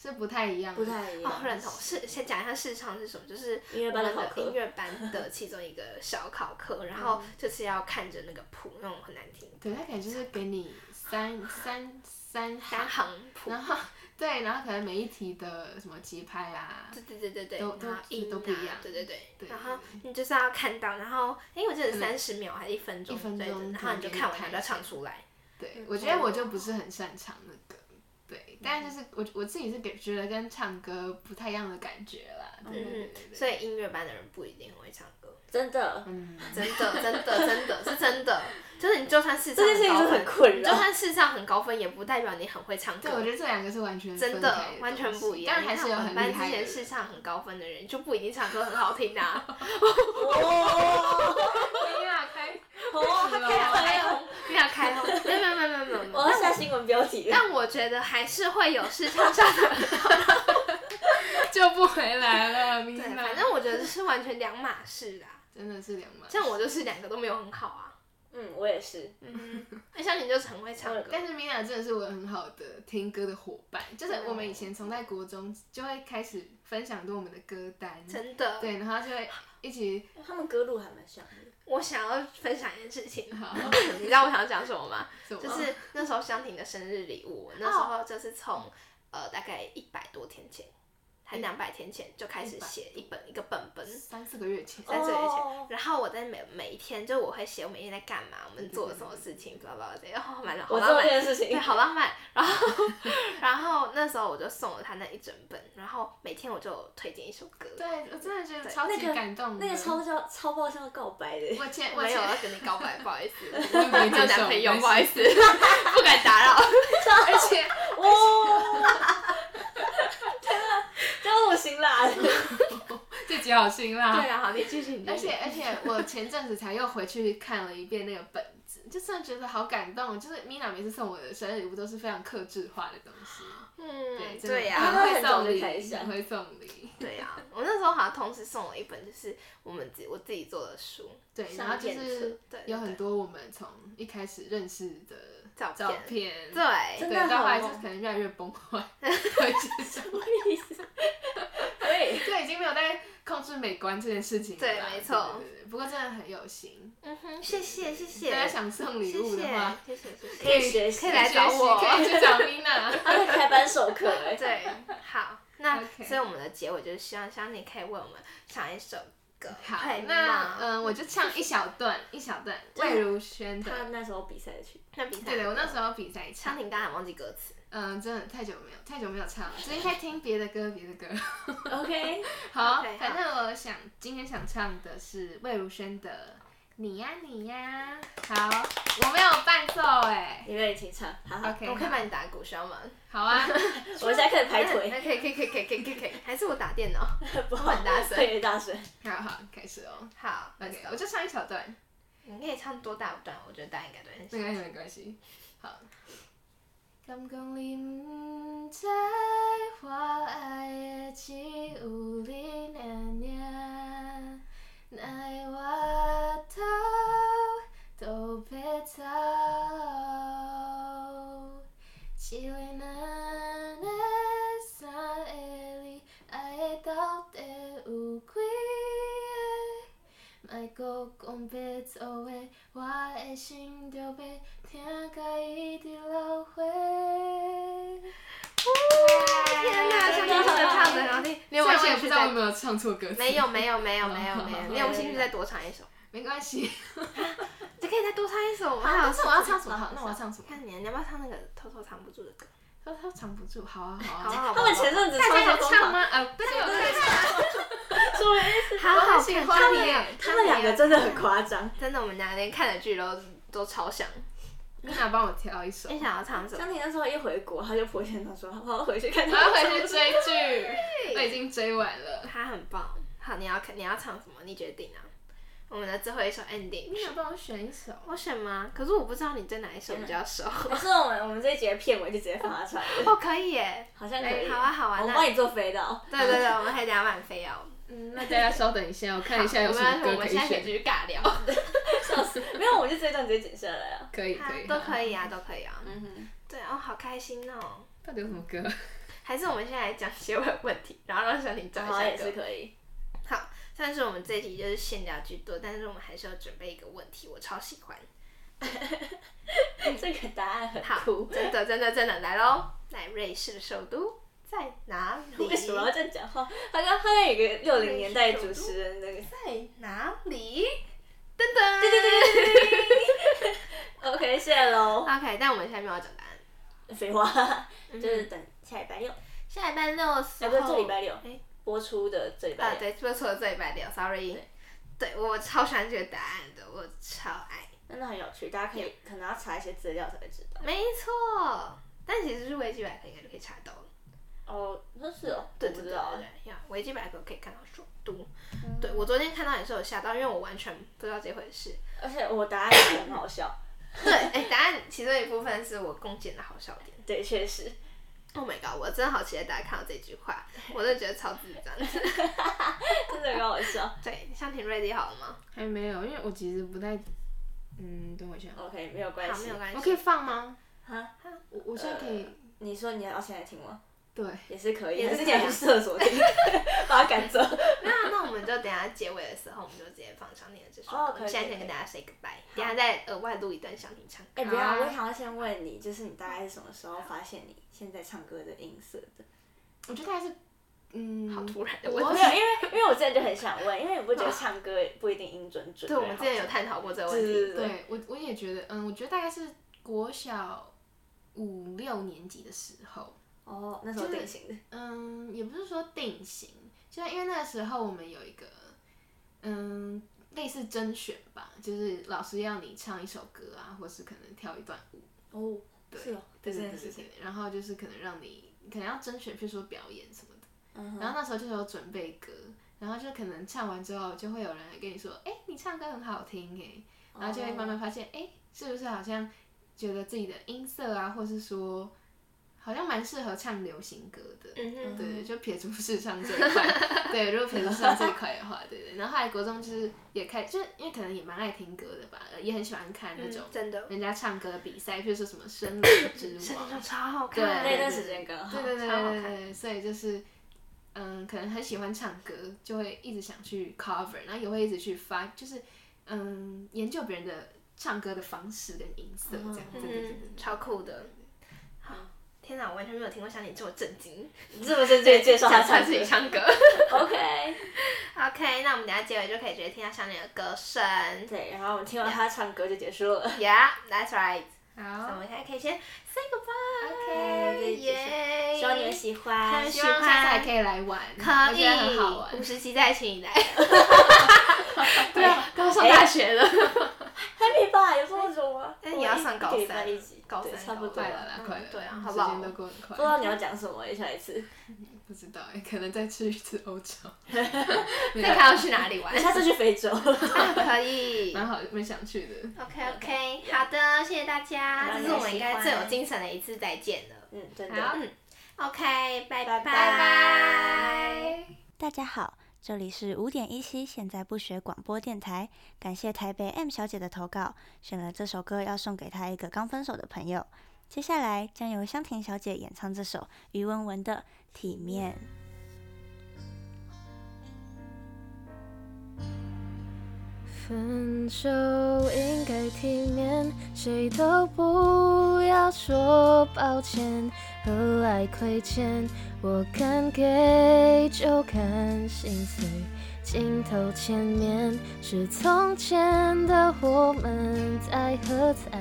D: 是不太一样的，
E: 不太一
B: 哦，
E: 样。
B: 认同。是先讲一下市场是什么，就是
E: 音乐班的
B: 我们
E: 考课
B: 音乐班的其中一个小考课，
D: 嗯
B: 然后就是要看着那个谱，那种很难听，
D: 对他可能就是给你三 三三
B: 单
D: 行，
B: 行谱。
D: 然后对，然后可能每一题的什么节拍啊，
B: 对对对对对，
D: 都
B: 然后
D: 都
B: 音啊
D: 都不一样
B: 对对对，
D: 对
B: 然后你就是要看到，然后哎，我记得
D: 可能
B: 三十秒还是一分钟
D: 一分
B: 对
D: 钟
B: 对然
D: 可
B: 后
D: 能
B: 你就
D: 给你
B: 看完
D: 看
B: 就
D: 一下
B: 唱出来。
D: 对我觉得我就不是很擅长那个，
B: 嗯
D: 对，但就是我我自己是给觉得跟唱歌不太一样的感觉啦，对对
B: 嗯
D: 对对，，
B: 所以音乐班的人不一定很会唱歌，
E: 真的，
D: 嗯，
B: 真 的真的真的是真的，就是你就算视唱
E: 这件事情
B: 高
E: 是
B: 分
E: 很困
B: 你就
E: 扰
B: 算视唱很高分，也不代表你很会唱歌。
D: 对，我觉得这两个是完全
B: 真
D: 分
B: 的
D: 开
B: 完全
D: 东
B: 不
D: 西
B: 一样。
D: 当然还是有很
B: 你看我
D: 厉
B: 们班
D: 害
B: 之
D: 的
B: 前是
D: 人，
B: 唱很高分的人，就不一定唱歌很好 听啊。
E: 哦，
D: 对啊，开
E: 哦，他开
B: 开
E: 了，
B: 通，不要开通，没有没有没有没有没有 没有。
E: 我要下新闻标题了。
B: 但我觉得还是会有试唱上的，
D: 救不回来了，米
B: 对，
D: 娜，
B: 反正我觉得是完全两码事啦。
D: 真的是两码事，
B: 像我就是两个都没有很好啊，
E: 嗯，我也是，
D: 嗯
B: 那像你就是很会唱歌，
D: 但是 Mina 真的是我很好的听歌的伙伴，就是我们以前从在国中就会开始分享多我们的歌单，
B: 真的。
D: 对，然后就会一起
E: 他们歌路还蛮像的。
B: 我想要分享一件事情，
D: 好，
B: 你知道我想要讲什么吗？
D: 就
B: 就是那时候香婷的生日礼物，那时候就是从呃大概一百多天前，还两百天前就开始写一本一个本本，
D: 三四个月前，
B: 三岁以
E: 哦
B: 前。然后我在每每一天，就我会写我每天在干嘛，我们做了什么事情，blah blah blah，这样哦，蛮好
E: 我
B: 浪
E: 做这件
B: 漫。
E: 事
B: 对，
E: 情，
B: 好浪漫。然后， 然后那时候我就送了他那一整本，然后每天我就推荐一首歌。
D: 对我真的觉得超
E: 那
D: 级
E: 个
D: 感动的，
E: 那个超叫超爆笑告白的，
D: 我前我
B: 没有要
D: 前
B: 跟你告白，不好意思，
D: 我以为
B: 没有
D: 这首
B: 男朋友，
D: 没事
B: 不好意思，不敢打扰。
D: 而 且
E: 哦，天啊哪，这我辛辣的，
D: 自己好辛辣，
B: 对啊，好，你继续，你 继
D: 而
B: 续
D: 且而且我前阵子才又回去看了一遍那个本子，就真的觉得好感动。就是 Mina 每次送我的生日礼物都是非常克制化的东西，
B: 嗯，
D: 真的
B: 对呀、
E: 啊
D: 很会送
E: 他很早就开始
D: 礼，
E: 啊
D: 很会送礼。
B: 对呀、我那时候好像同时送了一本，就是我们自己我自己做的书，
D: 对，然后就
E: 商业册
D: 是
B: 对对
D: 有很多我们从一开始认识的
B: 照片
D: 照片，
B: 对
E: 真
D: 对，
E: 的
D: 到后来
E: 好
D: 就
E: 哦
D: 可能越来越崩 坏，对，就是
E: 什么意思？对，
D: 对，已经没有在控制美观这件事情了
B: 对
D: 啦
B: 没错
D: 对对对不过真的很有心，
B: 嗯哼，谢谢谢谢，
D: 大家想送礼
B: 谢
D: 物
B: 谢
D: 的话，
B: 谢谢谢谢，
E: 可以学习
B: 可以来找我
D: 可以去找 Mina。
E: 他在开班授课哎，
B: 对，好，那
D: OK
B: 所以我们的结尾就是希望香你可以为我们唱一首歌，
D: 好
B: 可以，
D: 那
B: 吗
D: 嗯，我就唱一小段，一小段魏如萱
E: 他
D: 的。
E: 那时候比赛的曲，
B: 那比赛，
D: 对对，我那时候比赛
B: 香
D: 唱，
B: 婷刚才忘记歌词，
D: 嗯，真的太久没有太久没有唱，了，最近在听别的歌，别的歌。
E: OK，
D: 好
B: OK，好
D: 反正我想今天想唱的是魏如萱的《
C: 你呀你呀，好，我没有伴奏
D: 欸
C: 哎、
E: 你们一起唱，好好
C: OK，
B: 我可以帮你打鼓需要吗？
C: 好啊，
E: 我现在开始排腿，
B: 那 可以可以可以可以可以可以可以，还是我打电脑？
E: 不
B: 很大声
E: 特别大声。
D: 好好，开始哦。
B: 好
D: OK，
B: ，OK，
D: 我就唱一小段，
B: 你可以唱多大段？我觉得大家应该都会很喜
D: 没
B: 欢。
D: 关系，没关系。好，
C: 感觉你毋知我爱的只有你娘娘，奈我头都别走，一个两个三个你爱的到底有几个？莫搁讲白做话，我的心就被疼甲一直流血。
B: 天哪，像真的唱的好听，你有
D: 虽然
B: 没有
D: 我也
B: 兴
D: 不
B: 趣
D: 知道
B: 再
D: 有没有唱错歌词，
B: 没有没有没有没有没有，你有兴趣再多唱一首？
D: 没关系。
B: 你可以再多唱一首。
D: 好，
B: 好
D: 但是我要唱什么？好，那我要
B: 唱。
D: 唱什么？
B: 看你，你要不要唱那个偷偷藏不住的歌？
D: 他他藏不住，好啊，
B: 好
D: 好啊。
B: 好好。
E: 他们前阵子
D: 大家
E: 超
D: 有
E: 疯
D: 唱
E: 狂，
D: 吗？呃，不是，有
E: 什么意思？
B: 好好
D: 喜
B: 看，
D: 欢
B: 他们
D: 耶
B: 俩
E: 他们两个真的很夸张。
B: 真的，我们俩连看的剧都都超像。
D: 米娜帮我挑一首，
B: 你想要唱什么？
E: 张婷那时候一回国，他就破现场说：“我要回去看。”
D: 我要回去追剧，我已经追完了。
B: 他很棒。好，你要看你要唱什么？你决定啊。我们的最后一首 ending
D: 米。娜帮我选一首，
B: 我选吗？可是我不知道你对哪一首比较熟。
E: 可是我们我们这一节片尾就直接放他唱了，
B: 哦，可以耶。
E: 好像可以。
B: 哎好啊好啊
E: 我们
B: 那
E: 帮你做肥皂。
B: 对对对，我们还等一下晚飞哦。
D: 嗯，那大家稍等一下，我看一下有什
B: 好我
D: 么
B: 们我
D: 歌可
B: 们
D: 以
B: 现在可以
D: 选
B: 继。续尬聊。
E: 没有，我们就这一段直接剪下来啊。
D: 可以，可以，
B: 都可
D: 以。
B: 以啊，都可以啊。
E: 嗯哼，
B: 对哦，好开心哦。
D: 到底有什么歌？
B: 还是我们现在来讲结尾问题，然后让小婷找一
E: 好啊
B: 下
E: 也
B: 歌。
E: 是可以。
B: 好，但是我们这一题就是闲聊居多，但是我们还是要准备一个问题，我超喜欢。
E: 这个答案很
B: 好
E: 酷，。
B: 真的真的真的来喽！来，瑞士的首都在哪里？
E: 为什么要这样讲话？他刚他刚有个六零年代主持人那个
B: 在哪里？噔噔，对
E: ，OK，谢谢喽。
B: OK，但我们现在没有找答案。
E: 废话，就是等下礼拜六，
B: 下礼拜六的时
E: 哎，
B: 候，
E: 不是这礼拜六
B: 哎
E: 播出的这礼
B: 啊
E: 拜，六。
B: 对，说错了这礼拜六，sorry。对，我超喜欢这个答案的，我超爱。
E: 真的很有趣，大家可以可能要查一些资料才会知道。
B: 没错，但其实是维基百科应该就可以查到了。
E: 哦，那是哦，
B: 对
E: 我不知
B: 对对
E: 道
B: 对，对呀，维基百科可以看到首都。
D: 嗯
B: 对我昨天看到也是有吓到，因为我完全不知道这回事。
E: 而且我答案也很好笑，
B: 对，哎，答案其中一部分是我共建的好笑点。
E: 对，确实。
B: Oh my god！我真的好期待大家看到这句话，我真的 觉得超智障。
E: 真的很好笑。
B: 对，像挺 ready 好了吗？
D: 还没有，因为我其实不太……嗯，等我一下，
E: OK，没有关
B: 好，
E: 系
B: 没有。关系。
D: 我可以放吗？
E: 哈，呃
D: 我我现在可以。
E: 你说你要现在听吗？
D: 对，
E: 也是可以，
B: 也
E: 还
B: 是
E: 是你
B: 可以啊啊
E: 要去厕所听， 把他赶走。
B: 那那我们就等一下结尾的时候，我们就直接放小你的这首歌。
E: 哦
B: 我
E: 可以
B: 们现在
E: 可以
B: 先跟大家 say goodbye，等一下再额外录一段小你唱歌。
E: 哎，不要，
D: 好啊
E: 我想要先问你，就是你大概是什么时候发现你现在唱歌的音色的？
D: 我觉得还是，嗯，
B: 好突然的
E: 我
B: 问
E: 没
B: 题
E: 有，。因为因为我之前就很想问，因为你不觉得唱歌不一定音准准？
B: 对，我们之前有探讨过这个问
E: 对
B: 题。
E: 对
D: 对我我也觉得，嗯，我觉得大概是国小五六年级的时候，
E: 哦，那时候定型的，
D: 嗯，也不是说定型，就是因为那个时候我们有一个，嗯，类似甄选吧，就是老师要你唱一首歌啊，或是可能跳一段舞，
E: 哦，是哦，
D: 对对对
E: 这件
D: 对
E: 事情
D: 对，然后就是可能让你可能要甄选，比如说表演什么的，
E: 嗯哼
D: 然后那时候就是有准备歌。然后就可能唱完之后，就会有人来跟你说：“哎，你唱歌很好听哎。”然后就会慢慢发现，哎、是不是好像觉得自己的音色啊，或是说好像蛮适合唱流行歌的。
B: 嗯哼，
D: 对，就撇除市场这一块，对，如果撇除市场这一块的话，对对。然后后来国中就是也开，就是因为可能也蛮爱听歌的吧，也很喜欢看那种
B: 嗯真的，
D: 人家唱歌的比赛，比如说什么《森林之
B: 真
D: 王
B: 的》超好
D: 对，
B: 看。
E: 那
D: 对
E: 段
D: 对
E: 时间刚好
D: 对对对
B: 超好
D: 对
B: 看
D: 对，所以就是，嗯，可能很喜欢唱歌，就会一直想去 cover，然后也会一直去发，就是嗯，研究别人的唱歌的方式跟音色这样。对对对
B: 嗯，超酷的。好，天哪，我完全没有听过像你这么震惊，
E: 你这么正确介绍他
B: 他
E: 唱
B: 自己
E: 歌
B: 唱歌。
E: ，OK。
B: OK，那我们等一下结尾就可以直接听到像你的歌声。
E: 对，然后我们听完他唱歌就结束了。
B: Yeah，that's right。那我
D: 好，
B: 们现在可以先 say
E: OK，这
B: goodbye。
E: 一集是
B: 耶！
E: 希望你们喜欢
B: 很。
D: 希望下次还可以来玩，
B: 可
D: 我觉得很好
B: 以，
D: 玩
B: 五。十集再请你来。
D: 对啊，
B: 刚上大学了，
E: Happy 吧，有这么久吗？
B: 但也哎要上高
E: 我一个礼
B: 三
E: 拜一集，，
B: 高
E: 对
B: 三
E: 差不多
B: 高
D: 快
B: 二
D: 了啦，快了啦，
B: 对啊，好
D: 时
B: 不好
D: 间？都过很
E: 不知
D: 快。
E: 道你要讲什么欸，下一次。
D: 不知道哎，可能再去一次欧 洲，啊哎
B: 那看要去哪里 玩？
E: 下次去非洲。
B: 可以。
D: 蛮好，蛮想去的。
B: OK OK，好的，谢谢大家，
E: 好
B: 这是我们应
E: 喜欢
B: 该最有精神的一次再见了。
E: 嗯，真的。
B: 好，嗯，OK，拜拜
E: 拜拜
A: 大家好，这里是五点一七现在不学广播电台，感谢台北 M 小姐的投稿，选了这首歌要送给她一个刚分手的朋友。接下来将由香婷小姐演唱这首于文文的《体面》。
C: 分手应该体面，谁都不要说抱歉，何来亏欠？我敢给就敢，心碎镜头前面是从前的我们，爱和爱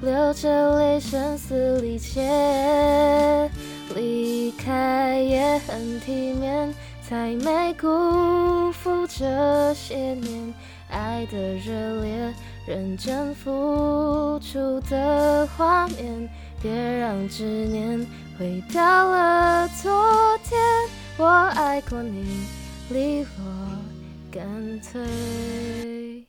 C: 流着泪声嘶力竭，离开也很体面，才没辜负这些年。爱的热烈，认真付出的画面，别让执念回到了昨天。我爱过你，离我干脆。